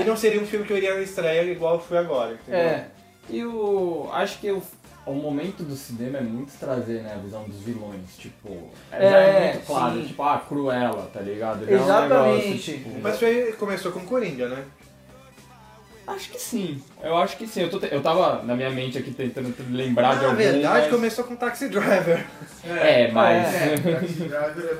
Speaker 5: E não seria um filme que eu iria na estreia igual foi agora, entendeu?
Speaker 3: É.
Speaker 4: E o. Acho que o, o momento do cinema é muito trazer, né, a visão dos vilões. Tipo. É, já
Speaker 3: É,
Speaker 4: é muito claro.
Speaker 3: sim.
Speaker 4: Tipo, ah, Cruella, tá ligado? Já É um negócio,
Speaker 3: Exatamente.
Speaker 4: tipo,
Speaker 5: Mas foi, começou com Coringa, né?
Speaker 4: Acho que sim. Eu acho que sim. Eu, tô te- eu tava na minha mente aqui tentando lembrar de
Speaker 5: na
Speaker 4: algum.
Speaker 5: verdade,
Speaker 4: mas...
Speaker 5: começou com Taxi Driver.
Speaker 4: É, mas.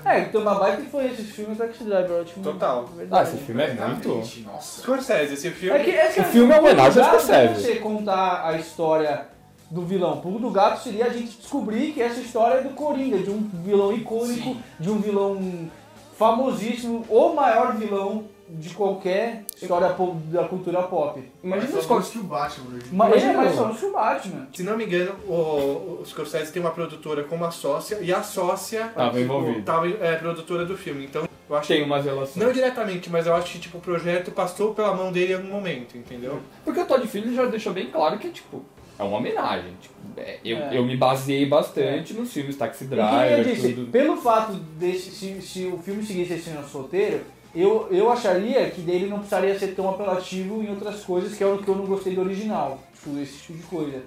Speaker 3: É, ele tem uma baita influência esse filme Taxi Driver, ótimo.
Speaker 5: Total.
Speaker 4: Ah,
Speaker 3: Verdade. né?
Speaker 4: esse filme é muito.
Speaker 1: Nossa.
Speaker 5: Scorsese, esse filme.
Speaker 3: É que, é que
Speaker 4: O filme é uma homenagem ao
Speaker 3: Pulo do Gato
Speaker 4: Scorsese.
Speaker 3: não é Você contar a história do vilão. Pulo do Gato seria a gente descobrir que essa história é do Coringa, de um vilão icônico, de um vilão famosíssimo, o maior vilão de qualquer história po- da cultura pop.
Speaker 1: Mas
Speaker 4: Imagina
Speaker 1: os
Speaker 4: os
Speaker 1: cortes
Speaker 4: cortes.
Speaker 1: que o Batman, né? gente.
Speaker 3: Mas ele é
Speaker 4: Imagina,
Speaker 3: mais
Speaker 4: mano.
Speaker 3: famoso que o Batman.
Speaker 5: Se não me engano, o, o Scorsese tem uma produtora como a sócia, e a sócia
Speaker 4: Tava envolvida.
Speaker 5: tava é, produtora do filme. Então, eu acho
Speaker 4: Tem umas relações.
Speaker 5: Não diretamente, mas eu acho que tipo, o projeto passou pela mão dele em algum momento, entendeu?
Speaker 4: Porque o Todd Phillips já deixou bem claro que, tipo, é uma homenagem. Tipo, é, eu,
Speaker 3: É.
Speaker 4: eu me baseei bastante nos filmes Taxi
Speaker 3: E que nem eu
Speaker 4: Driver,
Speaker 3: disse,
Speaker 4: tudo.
Speaker 3: pelo fato de se, se o filme seguisse esse nosso roteiro, eu, eu acharia que dele não precisaria ser tão apelativo em outras coisas, que é o que eu não gostei do original. Tipo, esse tipo de coisa.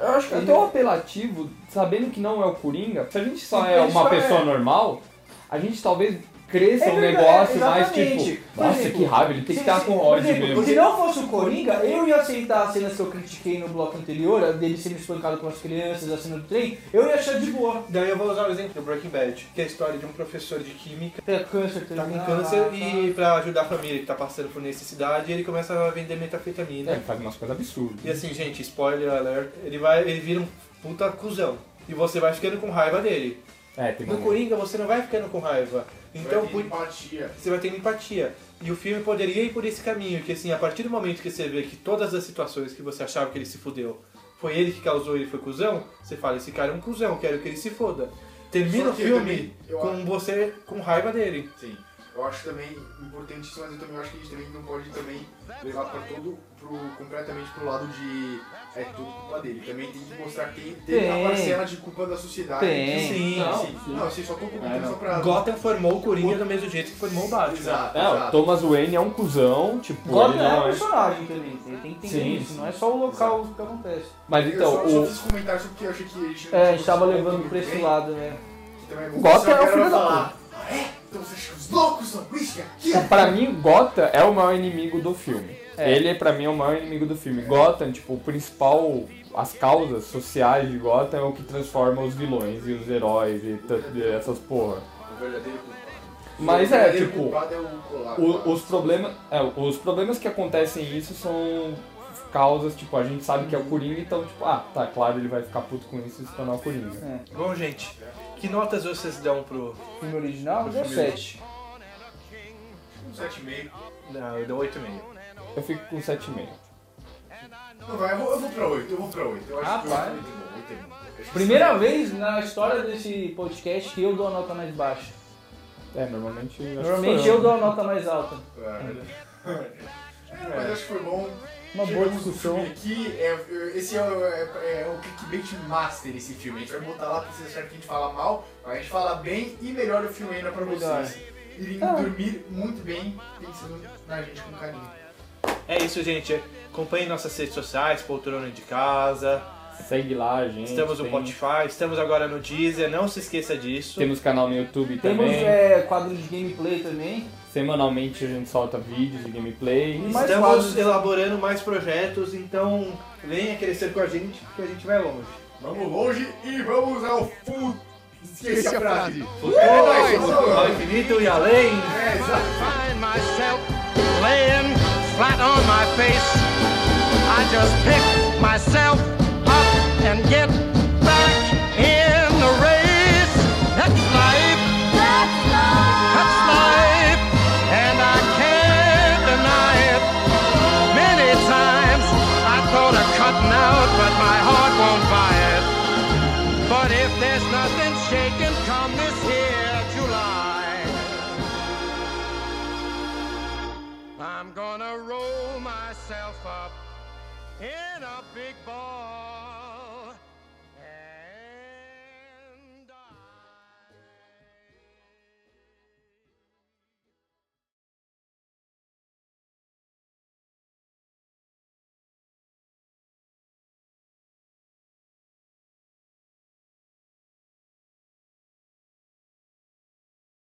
Speaker 4: Eu acho que é tão apelativo, sabendo que não é o Coringa, se a gente só é
Speaker 3: Ele só
Speaker 4: uma
Speaker 3: é.
Speaker 4: pessoa normal, a gente talvez cresça
Speaker 3: É
Speaker 4: um
Speaker 3: verdade,
Speaker 4: negócio mais
Speaker 3: exatamente.
Speaker 4: tipo,
Speaker 3: Por
Speaker 4: nossa,
Speaker 3: exemplo,
Speaker 4: que raiva, ele tem que
Speaker 3: Se-
Speaker 4: estar
Speaker 3: se-
Speaker 4: com
Speaker 3: por
Speaker 4: ódio
Speaker 3: exemplo,
Speaker 4: mesmo.
Speaker 3: Se não fosse o Coringa, eu ia aceitar as cenas que eu critiquei no bloco anterior, a dele sendo espancado pelas crianças, a cena do trem, eu ia achar de boa.
Speaker 5: Daí eu vou usar o exemplo do Breaking Bad, que é a história de um professor de química
Speaker 3: Tem câncer,
Speaker 5: que tá com
Speaker 3: terminal,
Speaker 5: câncer
Speaker 3: tá.
Speaker 5: e pra ajudar a família que tá passando por necessidade, ele começa a vender
Speaker 4: É,
Speaker 5: metafetamina.
Speaker 4: ele faz umas coisas
Speaker 5: E
Speaker 4: absurdas.
Speaker 5: assim, gente, spoiler alert, ele vai, ele vira um puta cuzão. E você vai ficando com raiva dele.
Speaker 4: É, tem
Speaker 5: No
Speaker 4: uma...
Speaker 5: Coringa você não vai ficando com raiva. Então,
Speaker 1: Então,
Speaker 5: por,
Speaker 1: empatia.
Speaker 5: você vai tendo empatia. E o filme poderia ir por esse caminho, que assim, a partir do momento que você vê que todas as situações que você achava que ele se fudeu, foi ele que causou, ele foi cuzão, você fala, esse cara é um cuzão, quero que ele se foda. Termina
Speaker 1: Só
Speaker 5: o
Speaker 1: que
Speaker 5: filme
Speaker 1: também, eu
Speaker 5: com
Speaker 1: acho-
Speaker 5: você com raiva dele.
Speaker 1: Sim. Eu acho também importantíssimo, mas eu também acho que a gente também não pode também levar pra todo, pro, completamente pro lado de é tudo culpa dele. Também tem que mostrar que tem, tem
Speaker 3: Tem.
Speaker 1: a parcela de culpa da sociedade.
Speaker 3: Tem.
Speaker 5: Sim,
Speaker 1: Não,
Speaker 4: Não,
Speaker 1: sim.
Speaker 4: sim.
Speaker 1: não, vocês só estão
Speaker 4: É,
Speaker 1: comentando
Speaker 4: não.
Speaker 1: só pra...
Speaker 5: Gotham formou o Coringa do mesmo jeito que formou o Batman.
Speaker 1: Exato,
Speaker 4: É, o
Speaker 1: exato.
Speaker 4: Thomas Wayne é um cuzão, tipo,
Speaker 3: Gotham
Speaker 4: ele
Speaker 3: é um
Speaker 4: não é...
Speaker 3: personagem também, ele tem que entender
Speaker 4: Sim,
Speaker 3: isso,
Speaker 4: sim.
Speaker 3: não é só o local que acontece.
Speaker 4: Mas
Speaker 1: Eu
Speaker 4: então,
Speaker 1: só, só
Speaker 4: o...
Speaker 1: fiz comentário só porque eu achei que a gente... não
Speaker 3: É, a
Speaker 1: tinha
Speaker 3: gente tava
Speaker 1: gostado
Speaker 3: levando
Speaker 1: muito
Speaker 3: pra esse
Speaker 1: bem,
Speaker 3: lado, né?
Speaker 1: que também vou
Speaker 4: Gotham
Speaker 1: mostrar
Speaker 4: é o
Speaker 1: que ela
Speaker 4: filho da
Speaker 1: vai falar, Ah, é? Então você acha que os loucos são isso e aquilo?
Speaker 4: Então, Pra mim, Gotham é o maior inimigo do filme. Ele, pra mim, é o maior inimigo do filme. Gotham, tipo, o principal... As causas sociais de Gotham é o que transforma os vilões e os heróis e t- e essas porra.
Speaker 1: O verdadeiro culpado.
Speaker 4: Mas
Speaker 1: O
Speaker 4: é,
Speaker 1: verdadeiro
Speaker 4: tipo...
Speaker 1: culpado é o colar.
Speaker 4: o- os, problemas, é, os problemas que acontecem nisso são causas, tipo, a gente sabe que é o Coringa, então, tipo, ah, tá claro, ele vai ficar puto com isso e se tornar o Coringa.
Speaker 5: Bom, gente, que notas vocês dão pro.
Speaker 3: É, Filme original, deu
Speaker 5: filme
Speaker 3: 7.
Speaker 1: Um 7,5.
Speaker 5: Não, eu dou 8,5.
Speaker 4: Eu fico com 7,5.
Speaker 1: Não vai, eu vou, eu vou pra 8, eu vou pra 8. Eu acho que 8
Speaker 3: Rapaz.
Speaker 1: é bom, 8 é bom. Acho que
Speaker 3: Primeira vez na história desse podcast que eu dou a nota mais baixa.
Speaker 4: É, normalmente. acho que
Speaker 3: Normalmente
Speaker 4: sou
Speaker 3: eu dou a nota mais alta.
Speaker 1: É, É, mas acho que foi bom.
Speaker 3: Hum. Uma boa
Speaker 1: Chegamos no
Speaker 3: discussão.
Speaker 1: filme Aqui, é, é, esse é, o- é, é o clickbait master esse filme. A gente vai botar lá pra vocês acharem que a gente fala mal, mas a gente fala bem e melhora o filme ainda pra
Speaker 3: Melhor.
Speaker 1: vocês. Irem
Speaker 3: Ah.
Speaker 1: dormir muito bem, pensando na gente com carinho.
Speaker 5: É isso, gente. Acompanhem nossas redes sociais, Poltrona de Casa.
Speaker 4: Segue lá, a gente.
Speaker 5: Estamos no
Speaker 4: tem-
Speaker 5: Spotify, estamos agora no Deezer, não se esqueça disso.
Speaker 4: Temos canal no YouTube
Speaker 3: Temos
Speaker 4: também.
Speaker 3: é, quadro de gameplay também.
Speaker 4: Semanalmente a gente solta vídeos de gameplay.
Speaker 3: mais
Speaker 5: Estamos
Speaker 3: quadros.
Speaker 5: elaborando mais projetos, então venha crescer com a gente que a gente vai longe.
Speaker 1: Vamos longe e vamos ao fundo. Esqueci
Speaker 7: Esqueci
Speaker 1: a frase.
Speaker 5: Futuro ao É infinito e além!
Speaker 1: É, exato.
Speaker 8: find myself laying flat on my face. I just pick myself up and get back in the race. That's life. That's life. That's life. And I can't deny it. Many times I thought of cutting out, but my heart won't buy it. But if there's nothing shaking come this here July. I'm gonna roll myself up in a big ball.